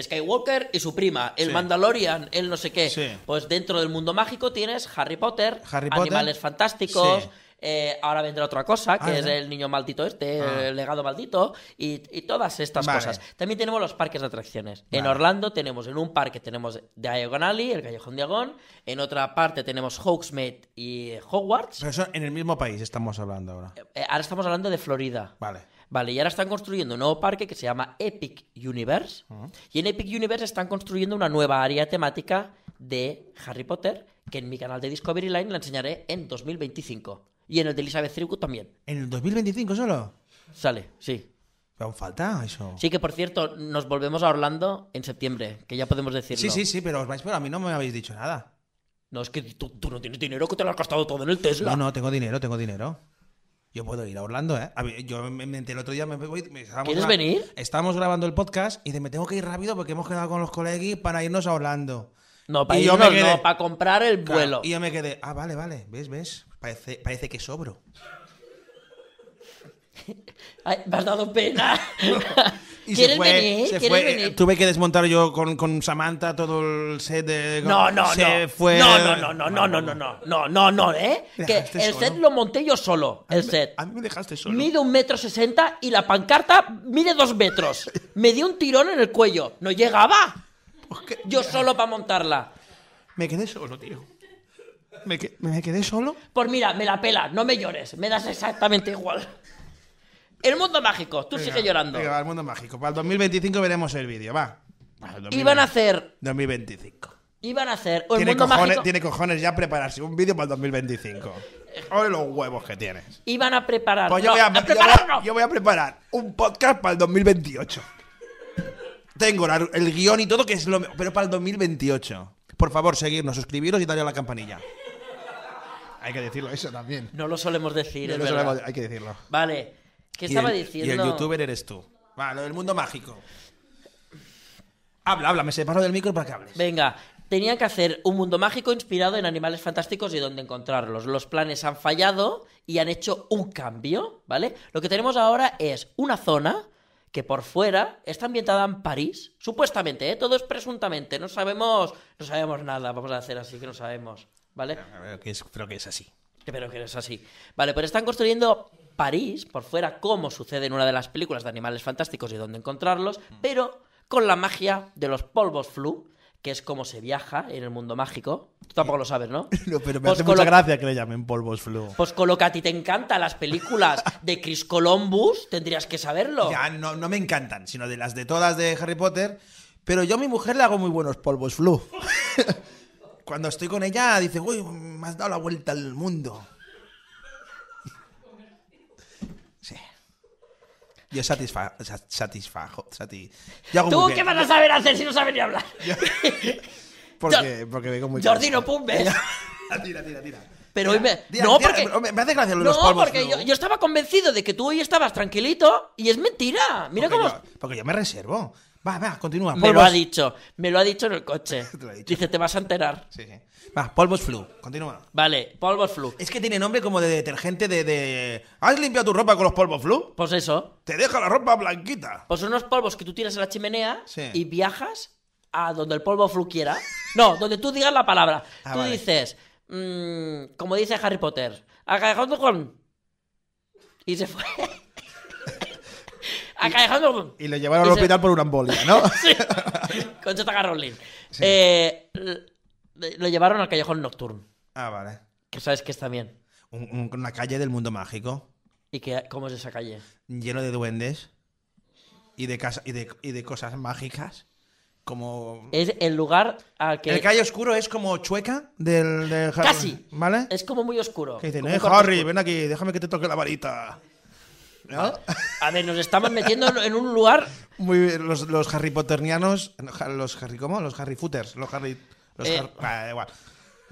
Speaker 3: Skywalker y su prima, el
Speaker 2: Sí.
Speaker 3: Mandalorian, el no sé qué.
Speaker 2: Sí.
Speaker 3: Pues dentro del mundo mágico tienes Harry Potter,
Speaker 2: Harry Potter.
Speaker 3: Animales Fantásticos.
Speaker 2: Sí.
Speaker 3: eh, ahora vendrá otra cosa, que
Speaker 2: Ah,
Speaker 3: es
Speaker 2: ¿verdad?
Speaker 3: el niño maldito este,
Speaker 2: Ah.
Speaker 3: el legado maldito, y, y todas estas
Speaker 2: Vale.
Speaker 3: cosas. También tenemos los parques de atracciones. En
Speaker 2: Vale.
Speaker 3: Orlando tenemos, en un parque tenemos Diagon Alley, el Callejón Diagon. En otra parte tenemos Hogsmeade y Hogwarts.
Speaker 2: Pero eso en el mismo país estamos hablando ahora.
Speaker 3: Eh, ahora estamos hablando de Florida.
Speaker 2: Vale.
Speaker 3: Vale, y ahora están construyendo un nuevo parque que se llama Epic Universe. Y en Epic Universe están construyendo una nueva área temática de Harry Potter, que en mi canal de Discovery Line la enseñaré en 2025. Y en el de Elizabeth Circuit también.
Speaker 2: ¿En el 2025 solo?
Speaker 3: Sale, sí.
Speaker 2: Pero aún falta eso.
Speaker 3: Sí que, por cierto, nos volvemos a Orlando en septiembre, que ya podemos decirlo.
Speaker 2: sí, sí, sí, pero os vais, pero a mí no me habéis dicho nada.
Speaker 3: No, es que tú, tú no tienes dinero, que te lo has gastado todo en el Tesla.
Speaker 2: No, no, tengo dinero, tengo dinero. Yo puedo ir a Orlando, ¿eh? A ver, yo me, me- el otro día me voy. me- estábamos
Speaker 3: ¿Quieres
Speaker 2: gra-
Speaker 3: venir?
Speaker 2: Estábamos grabando el podcast y de, me tengo que ir rápido porque hemos quedado con los colegis para irnos a Orlando.
Speaker 3: No, para
Speaker 2: Y yo
Speaker 3: irnos,
Speaker 2: me quedé-
Speaker 3: no, para comprar el
Speaker 2: Claro,
Speaker 3: vuelo.
Speaker 2: Y yo me quedé, ah, vale, vale, ¿ves, ves? Parece, parece que sobro.
Speaker 3: Ay, me has dado pena.
Speaker 2: Y
Speaker 3: ¿Quieres
Speaker 2: se fue,
Speaker 3: venir?
Speaker 2: se
Speaker 3: ¿Quieres
Speaker 2: fue.
Speaker 3: venir?
Speaker 2: Eh, Tuve que desmontar yo con, con Samantha todo el set de.
Speaker 3: No, no,
Speaker 2: se
Speaker 3: no.
Speaker 2: Fue...
Speaker 3: No, no, no, no, no, no, no, no, no, no, no, ¿eh? Que el
Speaker 2: Dejaste
Speaker 3: set
Speaker 2: solo.
Speaker 3: lo monté yo solo,
Speaker 2: A mí
Speaker 3: el
Speaker 2: me-
Speaker 3: set.
Speaker 2: A mí me dejaste solo.
Speaker 3: Mide un metro sesenta y la pancarta mide dos metros. Me dio un tirón en el cuello. No llegaba.
Speaker 2: Pues que-
Speaker 3: Yo solo para montarla.
Speaker 2: Me quedé solo, tío. Me, que- me quedé solo.
Speaker 3: Pues mira, me la pela, no me llores. Me das exactamente igual. El mundo mágico, tú sigue llorando.
Speaker 2: Venga, va, al mundo mágico. Para el 2025 veremos el vídeo, va. Va, el
Speaker 3: Iban a hacer.
Speaker 2: 2025.
Speaker 3: Iban a hacer. El
Speaker 2: Tiene
Speaker 3: mundo
Speaker 2: cojones,
Speaker 3: mágico.
Speaker 2: tiene cojones ya prepararse un vídeo para el 2025.
Speaker 3: Eh.
Speaker 2: Ahora los huevos que tienes.
Speaker 3: Iban a preparar.
Speaker 2: Pues yo,
Speaker 3: no,
Speaker 2: voy a,
Speaker 3: a
Speaker 2: yo voy-
Speaker 3: prepararlo.
Speaker 2: yo voy a preparar un podcast para el 2028. Tengo la- el guión y todo, que es lo me- pero para el 2028. Por favor, seguirnos, suscribiros y darle a la campanilla. Hay que decirlo eso también.
Speaker 3: No lo solemos decir,
Speaker 2: No
Speaker 3: es
Speaker 2: lo
Speaker 3: verdad.
Speaker 2: solemos- hay que decirlo.
Speaker 3: Vale. ¿Qué
Speaker 2: Y
Speaker 3: estaba
Speaker 2: el-
Speaker 3: diciendo?
Speaker 2: Y el youtuber eres tú. Va, lo del mundo mágico. Habla, habla, me separo del micro para que hables.
Speaker 3: Venga, tenían que hacer un mundo mágico inspirado en animales fantásticos y dónde encontrarlos. Los planes han fallado y han hecho un cambio, ¿vale? Lo que tenemos ahora es una zona que por fuera está ambientada en París, supuestamente, ¿eh? Todo es presuntamente, no sabemos, no sabemos nada, vamos a hacer así que no sabemos, ¿vale?
Speaker 2: Creo que es, creo que es así.
Speaker 3: Pero que no es así. Vale, pero están construyendo París por fuera, como sucede en una de las películas de animales fantásticos y dónde encontrarlos,
Speaker 2: Mm.
Speaker 3: pero con la magia de los polvos flu, que es como se viaja en el mundo mágico. Tú tampoco lo sabes, ¿no?
Speaker 2: No, pero me
Speaker 3: Pues
Speaker 2: hace
Speaker 3: con
Speaker 2: mucha
Speaker 3: lo-
Speaker 2: gracia que le llamen polvos flu.
Speaker 3: Pues con lo que a ti te encantan las películas de Chris Columbus, tendrías que saberlo.
Speaker 2: Ya, no, no me encantan, sino de las de todas de Harry Potter. Pero yo a mi mujer le hago muy buenos polvos flu. Cuando estoy con ella, dice, uy, me has dado la vuelta al mundo. Sí. Yo satisfa sa- satisfajo. sati- yo hago
Speaker 3: ¿Tú
Speaker 2: muy
Speaker 3: qué
Speaker 2: bien.
Speaker 3: vas a saber hacer si no sabes ni hablar?
Speaker 2: Porque, porque vengo muy
Speaker 3: Jordi,
Speaker 2: cansado.
Speaker 3: no
Speaker 2: Ah,
Speaker 3: pumbes.
Speaker 2: Tira, tira, tira.
Speaker 3: Pero hoy me...
Speaker 2: Tira,
Speaker 3: no,
Speaker 2: tira,
Speaker 3: porque...
Speaker 2: pero me- me hace gracia lo de los
Speaker 3: No,
Speaker 2: polvos
Speaker 3: porque
Speaker 2: flu.
Speaker 3: yo, yo estaba convencido de que tú hoy estabas tranquilito y es mentira. Mira
Speaker 2: porque
Speaker 3: cómo...
Speaker 2: Yo, porque yo me reservo. Va, va, continúa.
Speaker 3: Me lo
Speaker 2: polvos-
Speaker 3: ha dicho, me lo ha dicho en el coche.
Speaker 2: Te lo ha dicho.
Speaker 3: Dice, te vas a enterar.
Speaker 2: Sí, sí. Va, polvos flu. Continúa.
Speaker 3: Vale, polvos flu.
Speaker 2: Es que tiene nombre como de detergente de, de- ¿Has limpiado tu ropa con los polvos flu?
Speaker 3: Pues eso,
Speaker 2: Te deja la ropa blanquita.
Speaker 3: pues son unos polvos que tú tiras en la chimenea
Speaker 2: Sí.
Speaker 3: y viajas a donde el polvo flu quiera. No, donde tú digas la palabra.
Speaker 2: Ah,
Speaker 3: tú
Speaker 2: vale.
Speaker 3: dices, mm, como dice Harry Potter, "Acaejando con... Y se fue. Acaejando con...
Speaker 2: Y lo llevaron
Speaker 3: Y
Speaker 2: al
Speaker 3: se-
Speaker 2: hospital por una embolia, ¿no?
Speaker 3: Sí. Conchata Garrolin. Eh, l- lo llevaron al callejón nocturno,
Speaker 2: ah, vale.
Speaker 3: que sabes que está bien.
Speaker 2: Un- un- una calle del mundo mágico,
Speaker 3: ¿Y que, cómo es esa calle?
Speaker 2: lleno de duendes y de, casa, y de, y de cosas mágicas. Como...
Speaker 3: Es el lugar al Eh, que.
Speaker 2: El calle oscuro es como chueca del... del Harry-
Speaker 3: Casi.
Speaker 2: ¿Vale?
Speaker 3: Es como muy oscuro.
Speaker 2: Que dicen,
Speaker 3: Como
Speaker 2: eh,
Speaker 3: un cuarto
Speaker 2: Harry,
Speaker 3: oscuro.
Speaker 2: ven aquí, déjame que te toque la varita. ¿No?
Speaker 3: A ver, nos estamos metiendo en- en un lugar.
Speaker 2: Muy bien, los, los Harry Potternianos. no, ja- Los Harry, ¿cómo? Los Harry Footers. Los Harry. Los
Speaker 3: Eh.
Speaker 2: Har- Ah, da igual.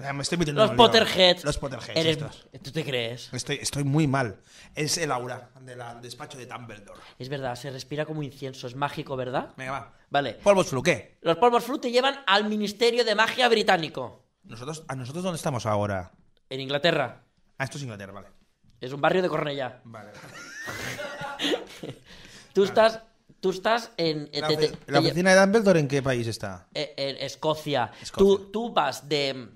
Speaker 2: Ah, Me estoy metiendo en
Speaker 3: Los
Speaker 2: un lío.
Speaker 3: Potterheads.
Speaker 2: Los Potterheads.
Speaker 3: Eres-
Speaker 2: estos.
Speaker 3: ¿Tú te crees?
Speaker 2: Estoy, estoy muy mal. Es el aura del despacho de Dumbledore.
Speaker 3: Es verdad, se respira como incienso. Es mágico, ¿verdad?
Speaker 2: Venga, va.
Speaker 3: Vale.
Speaker 2: Polvos flu, ¿qué?
Speaker 3: Los polvos flu te llevan al Ministerio de Magia Británico.
Speaker 2: ¿Nosotros, ¿A nosotros dónde estamos ahora?
Speaker 3: En Inglaterra.
Speaker 2: Ah, esto es Inglaterra, vale.
Speaker 3: Es un barrio de Cornellá.
Speaker 2: Vale. vale.
Speaker 3: Tú estás. Tú estás en. eh,
Speaker 2: La,
Speaker 3: te- te-
Speaker 2: ofi-
Speaker 3: te
Speaker 2: la
Speaker 3: lle-
Speaker 2: oficina de Dumbledore en qué país está?
Speaker 3: eh, en Escocia.
Speaker 2: Escocia.
Speaker 3: Tú, tú vas de.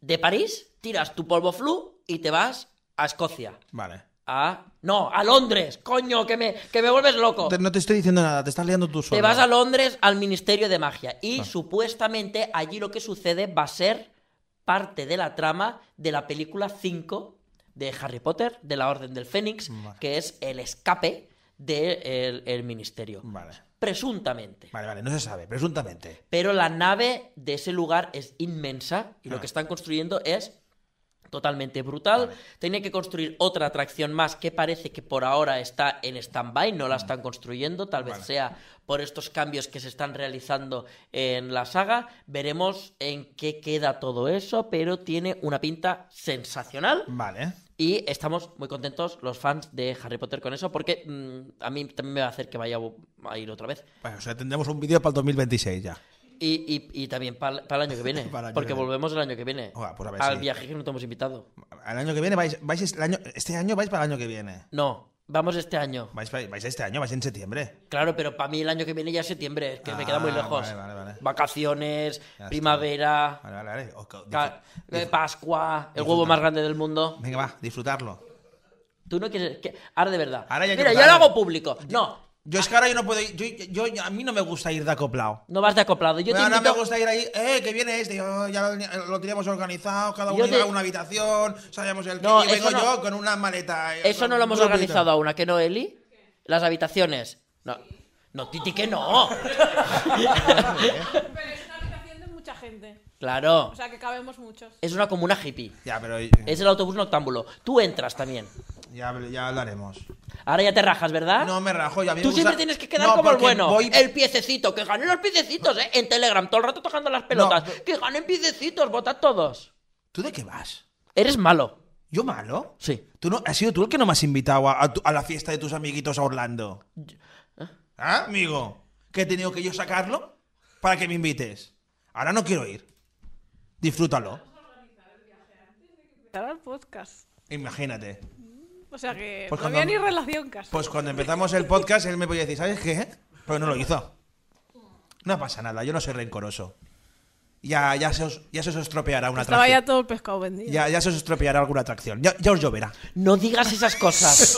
Speaker 3: De París, tiras tu polvo flu y te vas a Escocia.
Speaker 2: Vale.
Speaker 3: A. No, a Londres. Coño, que me, que me vuelves loco.
Speaker 2: Te- no te estoy diciendo nada, te estás liando tú solo.
Speaker 3: Oh. Te vas a Londres al Ministerio de Magia.
Speaker 2: Ah.
Speaker 3: Y supuestamente allí lo que sucede va a ser parte de la trama de la película 5 de Harry Potter, de la Orden del Fénix,
Speaker 2: Vale.
Speaker 3: que es el escape del ministerio.
Speaker 2: Vale.
Speaker 3: Presuntamente.
Speaker 2: Vale, vale, no se sabe, presuntamente.
Speaker 3: Pero la nave de ese lugar es inmensa y lo
Speaker 2: Ah.
Speaker 3: que están construyendo es totalmente brutal. Tenían que construir otra atracción más que parece que por ahora está en stand-by, no la están construyendo, tal vez sea por estos cambios que se están realizando en la saga. Veremos en qué queda todo eso, pero tiene una pinta sensacional.
Speaker 2: Vale.
Speaker 3: Y estamos muy contentos los fans de Harry Potter con eso, porque mm, a mí también me va a hacer que vaya a ir otra vez.
Speaker 2: Bueno, o sea, tendremos un vídeo para el 2026 ya.
Speaker 3: Y, y, y también para el año que viene.
Speaker 2: Pa'l año
Speaker 3: porque
Speaker 2: que viene.
Speaker 3: volvemos el año que viene.
Speaker 2: Oiga, pues a ver
Speaker 3: al
Speaker 2: si-
Speaker 3: viaje que no te hemos invitado.
Speaker 2: Al año que viene vais, vais es- el año- este año vais para el año que viene.
Speaker 3: No, Vamos este año.
Speaker 2: ¿Vais, vais- vais este año? ¿Vais en septiembre?
Speaker 3: Claro, pero para mí el año que viene ya es septiembre, es que me queda muy
Speaker 2: Ah,
Speaker 3: lejos.
Speaker 2: vale, vale, vale.
Speaker 3: Vacaciones,
Speaker 2: está.
Speaker 3: primavera,
Speaker 2: Vale, vale, vale. O- co- disfr-
Speaker 3: ca- eh,
Speaker 2: disfr-
Speaker 3: Pascua, el huevo más grande del mundo.
Speaker 2: Venga, va, disfrutarlo.
Speaker 3: Tú no quieres. que- Ahora de verdad.
Speaker 2: Ahora ya hay que
Speaker 3: Mira, ya lo
Speaker 2: cortar.
Speaker 3: hago público. No,
Speaker 2: Yo es que ahora yo no puedo ir. Yo, yo- yo- a mí no me gusta ir de acoplado.
Speaker 3: no vas de acoplado. Yo te
Speaker 2: ahora
Speaker 3: invito-
Speaker 2: me gusta ir ahí. ¡Eh, que viene este! Yo- ya lo, lo teníamos organizado, cada
Speaker 3: Yo
Speaker 2: uno
Speaker 3: te-
Speaker 2: iba a una habitación, sabíamos el
Speaker 3: No,
Speaker 2: que. Y
Speaker 3: eso
Speaker 2: vengo
Speaker 3: no.
Speaker 2: yo con una maleta. eh,
Speaker 3: Eso no lo hemos
Speaker 2: rapidito.
Speaker 3: organizado aún, ¿a que no, Eli? Las habitaciones. No. No, Titi, que no.
Speaker 4: Pero es una habitación de mucha gente.
Speaker 3: claro.
Speaker 4: O sea, que cabemos muchos.
Speaker 3: Es una comuna hippie.
Speaker 2: Ya, pero.
Speaker 3: Es el autobús noctámbulo. Tú entras también.
Speaker 2: Ya, ya hablaremos.
Speaker 3: Ahora ya te rajas, ¿verdad?
Speaker 2: No me rajo, ya
Speaker 3: ¿Ah? Tú siempre tienes que quedar como el bueno. El piececito, que ganen los piececitos, ¿eh? En Telegram, todo el rato tocando las pelotas.
Speaker 2: pero-
Speaker 3: Que ganen piececitos, votad todos.
Speaker 2: ¿Tú de qué vas?
Speaker 3: Eres malo.
Speaker 2: ¿Yo malo?
Speaker 3: Sí.
Speaker 2: ¿Tú no, ¿Has sido tú el que no me has invitado a, a tu- a la fiesta de tus amiguitos a Orlando? ¿Ah, amigo? ¿Que he tenido que yo sacarlo para que me invites? Ahora no quiero ir. Disfrútalo.
Speaker 4: Estará el podcast.
Speaker 2: Imagínate.
Speaker 4: O sea que
Speaker 2: Pues
Speaker 4: no
Speaker 2: cuando-
Speaker 4: había ni relación casi.
Speaker 2: Pues cuando empezamos el podcast, él me podía decir, ¿sabes qué? Pero no lo hizo. No pasa nada, yo no soy rencoroso. Ya, ya, se, os, ya se os estropeará una
Speaker 4: Estaba ya
Speaker 2: atracción.
Speaker 4: todo el pescado vendido.
Speaker 2: Ya, ya se os estropeará alguna atracción. Ya, ya os lloverá.
Speaker 3: No digas esas cosas.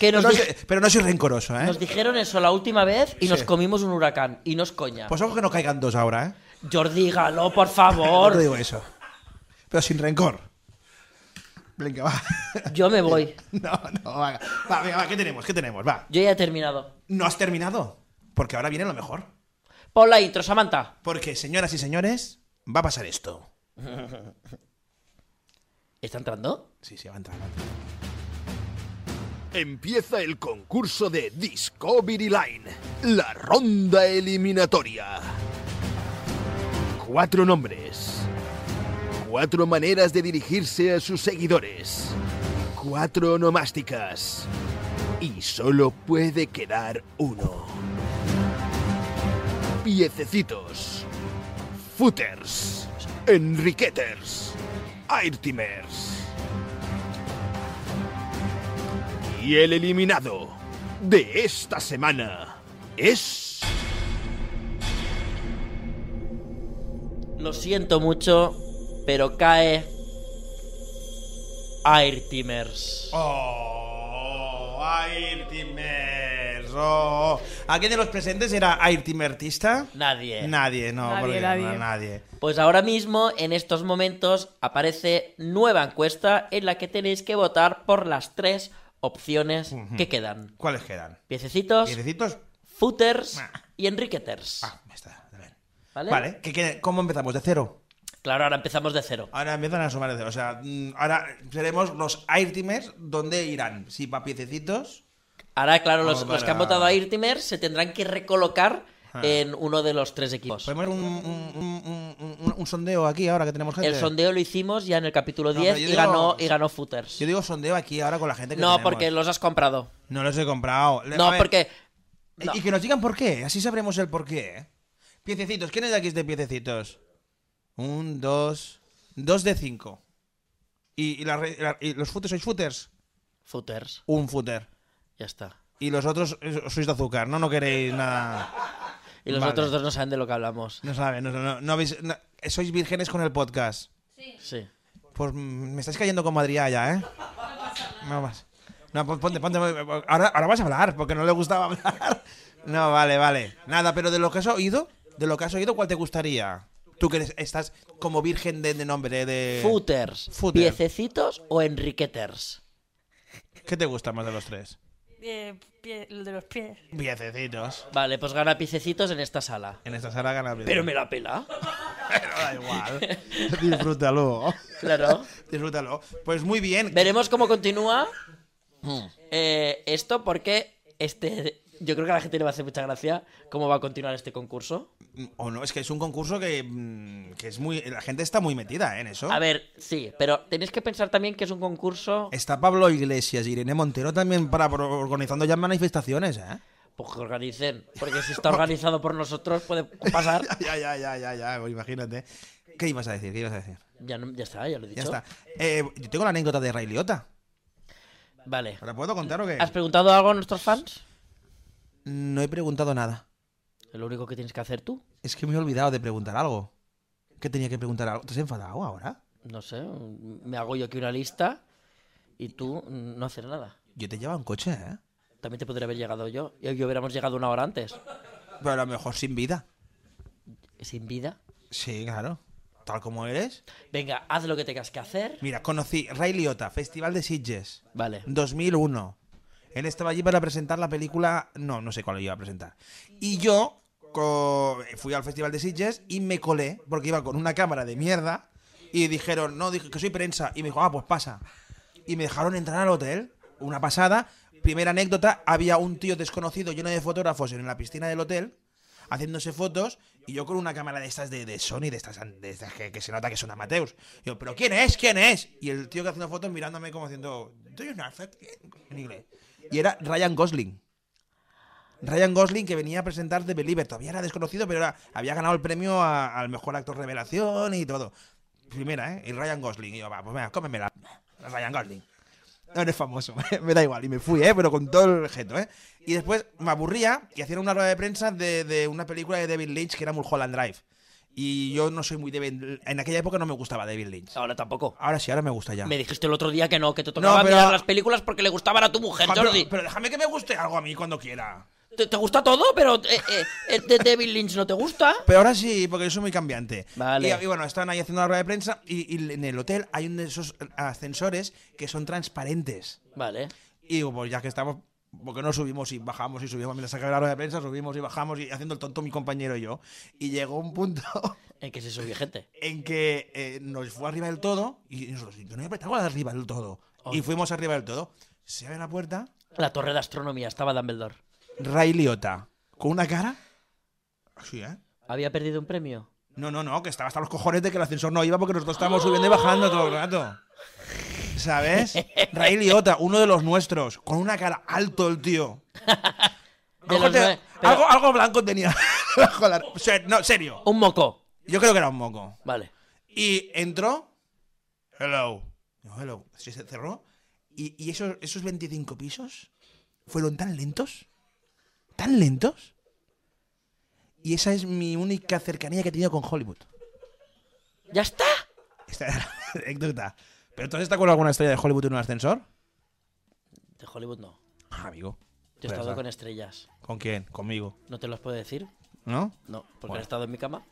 Speaker 3: que nos,
Speaker 2: No
Speaker 3: di-
Speaker 2: sé- pero no soy rencoroso, ¿eh?
Speaker 3: nos dijeron eso la última vez y nos
Speaker 2: Sí.
Speaker 3: comimos un huracán. Y no es coña.
Speaker 2: Pues ojo que no caigan dos ahora, ¿eh?
Speaker 3: Jordi, dígalo, por
Speaker 2: No te
Speaker 3: favor.
Speaker 2: digo eso. Pero sin rencor. Venga, va.
Speaker 3: Yo me voy.
Speaker 2: No, no, va. Va, venga, va, ¿qué tenemos? ¿Qué tenemos? Va.
Speaker 3: Yo ya he terminado.
Speaker 2: No has terminado. Porque ahora viene lo mejor.
Speaker 3: Pon la intro, Samantha.
Speaker 2: Porque, señoras y señores, va a pasar esto.
Speaker 3: ¿Está entrando?
Speaker 2: Sí, sí, va a entrar. va a entrar.
Speaker 8: Empieza el concurso de Discovery Line, la ronda eliminatoria. Cuatro nombres. Cuatro maneras de dirigirse a sus seguidores. Cuatro nomásticas. Y solo puede quedar uno. Piececitos. Footers. Enriqueters. Airtimers. Y el eliminado de esta semana es...
Speaker 3: Lo siento mucho, pero cae. Airtimers.
Speaker 2: Oh, Airtimers. Oh. ¿Alguien de los presentes era Airtimertista?
Speaker 3: Nadie.
Speaker 2: Nadie, no,
Speaker 4: Nadie,
Speaker 2: porque no,
Speaker 4: nadie.
Speaker 2: nadie.
Speaker 3: Pues ahora mismo, en estos momentos, aparece nueva encuesta en la que tenéis que votar por las tres opciones que quedan.
Speaker 2: ¿Cuáles quedan?
Speaker 3: Piececitos,
Speaker 2: ¿Piececitos?
Speaker 3: footers
Speaker 2: Ah.
Speaker 3: y enriqueters.
Speaker 2: Ah, ya está. a ver.
Speaker 3: ¿Vale?
Speaker 2: Vale, ¿qué- qué- cómo empezamos? ¿De cero?
Speaker 3: Claro, ahora empezamos de cero.
Speaker 2: Ahora empiezan a sumar de cero. O sea, mm, ahora seremos los Airtimers. ¿Dónde irán? Si para piececitos.
Speaker 3: Ahora, claro, los,
Speaker 2: Vamos
Speaker 3: los que
Speaker 2: para-
Speaker 3: han votado a Irtimers se tendrán que recolocar en uno de los tres equipos.
Speaker 2: Ah. Podemos hacer un, un- un- un- un- un sondeo aquí ahora que tenemos gente.
Speaker 3: El sondeo lo hicimos ya en el capítulo
Speaker 2: No,
Speaker 3: 10
Speaker 2: pero yo
Speaker 3: y,
Speaker 2: digo-
Speaker 3: ganó, y ganó Footers.
Speaker 2: Yo digo sondeo aquí ahora con la gente que
Speaker 3: no,
Speaker 2: tenemos.
Speaker 3: porque los has comprado.
Speaker 2: No los he comprado. Le- a
Speaker 3: No,
Speaker 2: ver,
Speaker 3: porque...
Speaker 2: y-
Speaker 3: no.
Speaker 2: Y que nos digan por qué. Así sabremos el por qué. ¿eh? Piececitos. ¿Quién es de aquí es de piececitos? Un, dos. Dos de cinco. ¿Y, y la re- la- y los footers sois footers?
Speaker 3: Footers.
Speaker 2: Un footer.
Speaker 3: Ya está.
Speaker 2: Y los otros eh, sois de azúcar, ¿no? No queréis nada.
Speaker 3: Y los
Speaker 2: Vale.
Speaker 3: otros dos no saben de lo que hablamos.
Speaker 2: No saben, no, no, no habéis- no- sois vírgenes con el podcast.
Speaker 3: Sí.
Speaker 2: Pues mm, me estáis cayendo con Madrid ya, ¿eh? No más. No, pues ponte, ponte. Ahora, ahora vas a hablar, porque no le gustaba hablar. No, vale, vale. Nada, pero de lo que has oído, de lo que has oído, ¿cuál te gustaría? Tú que eres- estás como virgen de, de nombre, de.
Speaker 3: Footers,
Speaker 2: Footer.
Speaker 3: piececitos o enriqueters.
Speaker 2: ¿Qué te gusta más de los tres?
Speaker 6: Eh, pie- lo de los pies.
Speaker 2: Piececitos.
Speaker 3: Vale, pues gana piececitos en esta sala.
Speaker 2: En esta sala gana
Speaker 3: Pero me la pela.
Speaker 2: Pero da igual. Disfrútalo.
Speaker 3: Claro.
Speaker 2: Disfrútalo. Pues muy bien.
Speaker 3: Veremos cómo continúa
Speaker 2: Hmm.
Speaker 3: eh, esto porque este, yo creo que a la gente le va a hacer mucha gracia cómo va a continuar este concurso.
Speaker 2: O no, es que es un concurso que, mm, que es muy. La gente está muy metida ¿eh? en eso.
Speaker 3: A ver, sí, pero tenéis que pensar también que es un concurso
Speaker 2: Está Pablo Iglesias, Irene Montero también para pro- organizando ya manifestaciones, ¿eh?
Speaker 3: pues, que organicen, porque si está organizado por nosotros puede pasar.
Speaker 2: ya, ya, ya, ya, ya, pues imagínate. ¿Qué ibas a decir? ¿Qué ibas a decir?
Speaker 3: Ya, no- ya está, ya lo he dicho.
Speaker 2: Ya está. Eh, yo tengo la anécdota de Ray Liotta.
Speaker 3: Vale.
Speaker 2: ¿Ahora puedo contar o qué?
Speaker 3: ¿Has preguntado algo a nuestros fans?
Speaker 2: No he preguntado nada.
Speaker 3: Lo único que tienes que hacer tú.
Speaker 2: Es que me he olvidado de preguntar algo. ¿Qué tenía que preguntar algo? ¿Te has enfadado ahora?
Speaker 3: No sé, me hago yo aquí una lista y tú no haces nada.
Speaker 2: Yo te llevaba un coche, ¿eh?
Speaker 3: También te podría haber llegado yo. Y hoy hubiéramos llegado una hora antes.
Speaker 2: Pero a lo mejor sin vida.
Speaker 3: Sin vida.
Speaker 2: Sí, claro. Tal como eres.
Speaker 3: Venga, haz lo que tengas que hacer.
Speaker 2: Mira, conocí Ray Liotta, Festival de Sitges.
Speaker 3: Vale.
Speaker 2: 2001. Él estaba allí para presentar la película. No, no sé cuál iba a presentar. Y yo co- fui al Festival de Sitges y me colé porque iba con una cámara de mierda. Y dijeron, no, dije que soy prensa. Y me dijo, ah, pues pasa. Y me dejaron entrar al hotel. Una pasada. Primera anécdota: había un tío desconocido lleno de fotógrafos en la piscina del hotel haciéndose fotos y yo con una cámara de estas de, de Sony, de estas, de estas que, que se nota que son amateurs. Yo, ¿pero quién es? ¿Quién es? Y el tío que haciendo fotos mirándome como haciendo. "Do you know fucking-" en inglés. Y era Ryan Gosling. Ryan Gosling que venía a presentar The Believer. Todavía era desconocido, pero era- había ganado el premio a- al mejor actor revelación y todo. Primera, ¿eh? Y Ryan Gosling. Y yo, va, pues venga, cómemela. Ryan Gosling. No eres famoso, me da igual. Y me fui, ¿eh? Pero con todo el jeto, ¿eh? Y después me aburría y hacían una rueda de prensa de, de una película de David Lynch que era Mulholland Drive. Y yo no soy muy David... En aquella época no me gustaba David Lynch.
Speaker 3: Ahora tampoco.
Speaker 2: Ahora sí, ahora me gusta ya.
Speaker 3: Me dijiste el otro día que no, que te tocaba
Speaker 2: pero-
Speaker 3: mirar las películas porque le gustaban a tu mujer,
Speaker 2: Joder,
Speaker 3: Jordi.
Speaker 2: pero, pero déjame que me guste algo a mí cuando quiera.
Speaker 3: ¿Te, te gusta todo? Pero eh, eh, el de David Lynch no te gusta.
Speaker 2: Pero ahora sí, porque yo soy muy cambiante.
Speaker 3: Vale.
Speaker 2: Y, y bueno, están ahí haciendo la rueda de prensa y, y en el hotel hay uno de esos ascensores que son transparentes.
Speaker 3: Vale.
Speaker 2: Y digo, pues ya que estamos, ¿por qué no subimos y bajamos y subimos? Mientras acaba la rueda de prensa, subimos y bajamos y haciendo el tonto mi compañero y yo. Y llegó un punto
Speaker 3: ¿En qué se subía gente?
Speaker 2: en que eh, nos fue arriba del todo y nosotros, yo no he apretado arriba del todo. Y fuimos arriba del todo. Se abre la puerta,
Speaker 3: La torre de astronomía, estaba Dumbledore.
Speaker 2: Ray Liotta, con una cara. Así, ¿eh?
Speaker 3: ¿Había perdido un premio?
Speaker 2: No, no, no, que estaba hasta los cojones de que el ascensor no iba porque nosotros estábamos subiendo y bajando todo el rato. ¿Sabes? Ray Liotta, uno de los nuestros, con una cara alto el tío.
Speaker 3: De los
Speaker 2: Ojo, te-
Speaker 3: nue- pero-
Speaker 2: algo, algo blanco tenía. bajo la- se- no, serio.
Speaker 3: Un moco.
Speaker 2: Yo creo que era un moco.
Speaker 3: Vale.
Speaker 2: Y entró. Hello. No, hello. Se se cerró. Y, y esos, esos 25 pisos fueron tan lentos. Tan lentos. Y esa es mi única cercanía que he tenido con Hollywood.
Speaker 3: ¿Ya está?
Speaker 2: Esta era la anécdota. ¿Pero tú has estado con alguna estrella de Hollywood en un ascensor?
Speaker 3: De Hollywood no.
Speaker 2: Ah, amigo.
Speaker 3: Yo he estado con estrellas.
Speaker 2: ¿Con quién? Conmigo.
Speaker 3: ¿No te los puedo decir?
Speaker 2: ¿No?
Speaker 3: No, porque han estado en mi cama.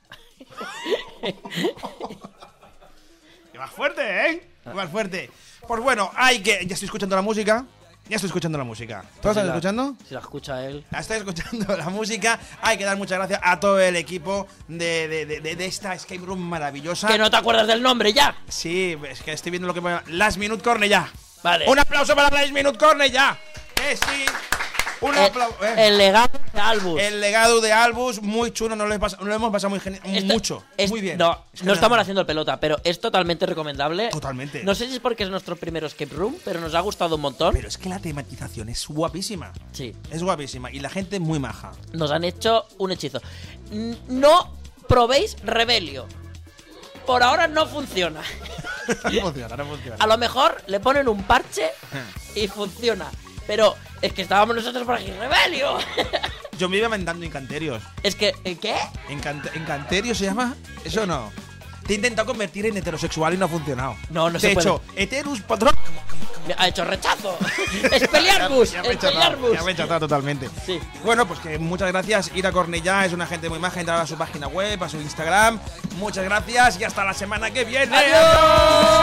Speaker 2: ¡Qué más fuerte, eh! ¡Qué más fuerte! Pues bueno, hay que. Ya estoy escuchando la música. Ya estoy escuchando la música. ¿Todos
Speaker 3: Si
Speaker 2: están
Speaker 3: la-
Speaker 2: escuchando?
Speaker 3: Si la escucha él.
Speaker 2: La estáis escuchando la música. Hay que dar muchas gracias a todo el equipo de, de- de- de- de esta escape room maravillosa.
Speaker 3: ¡Que no te acuerdas del nombre ya!
Speaker 2: Sí, es que estoy viendo lo que me. Last Minute Corner ya.
Speaker 3: Vale.
Speaker 2: Un aplauso para Last Minute Corner ya. Eh, sí. Un
Speaker 3: El,
Speaker 2: aplauso. eh.
Speaker 3: el legado de Eh, Albus.
Speaker 2: El legado de Albus, muy chulo, nos lo, he pas- nos lo hemos pasado muy geni-
Speaker 3: Esto-
Speaker 2: mucho.
Speaker 3: Este es-
Speaker 2: muy bien.
Speaker 3: No,
Speaker 2: Es que
Speaker 3: no
Speaker 2: nada.
Speaker 3: estamos haciendo el pelota, pero es totalmente recomendable.
Speaker 2: Totalmente.
Speaker 3: No sé si es porque es nuestro primer escape room, pero nos ha gustado un montón.
Speaker 2: Pero es que la tematización es guapísima.
Speaker 3: Sí.
Speaker 2: Es guapísima. Y la gente muy maja.
Speaker 3: Nos han hecho un hechizo. N- No probéis Rebelio. Por ahora no funciona.
Speaker 2: No funciona, no funciona.
Speaker 3: A lo mejor le ponen un parche y funciona. Pero es que estábamos nosotros por aquí, Rebelio.
Speaker 2: Yo me iba mandando encanterios.
Speaker 3: es que, ¿eh, ¿qué?
Speaker 2: Encant- ¿Encanterio se llama? ¿Eso no? Te he intentado convertir en heterosexual y no ha funcionado.
Speaker 3: No, no
Speaker 2: Te
Speaker 3: se
Speaker 2: he
Speaker 3: puede.
Speaker 2: hecho heterus patrón.
Speaker 3: Me ha hecho rechazo. Espeliarbus.
Speaker 2: Ya me he rechazado, ya me he
Speaker 3: Espeliarbus.
Speaker 2: rechazado totalmente.
Speaker 3: Sí.
Speaker 2: Bueno, pues que muchas gracias. Ir a Cornellá es una gente muy maja. Entrar a su página web, a su Instagram. Muchas gracias y hasta la semana que viene.
Speaker 3: ¡Adiós!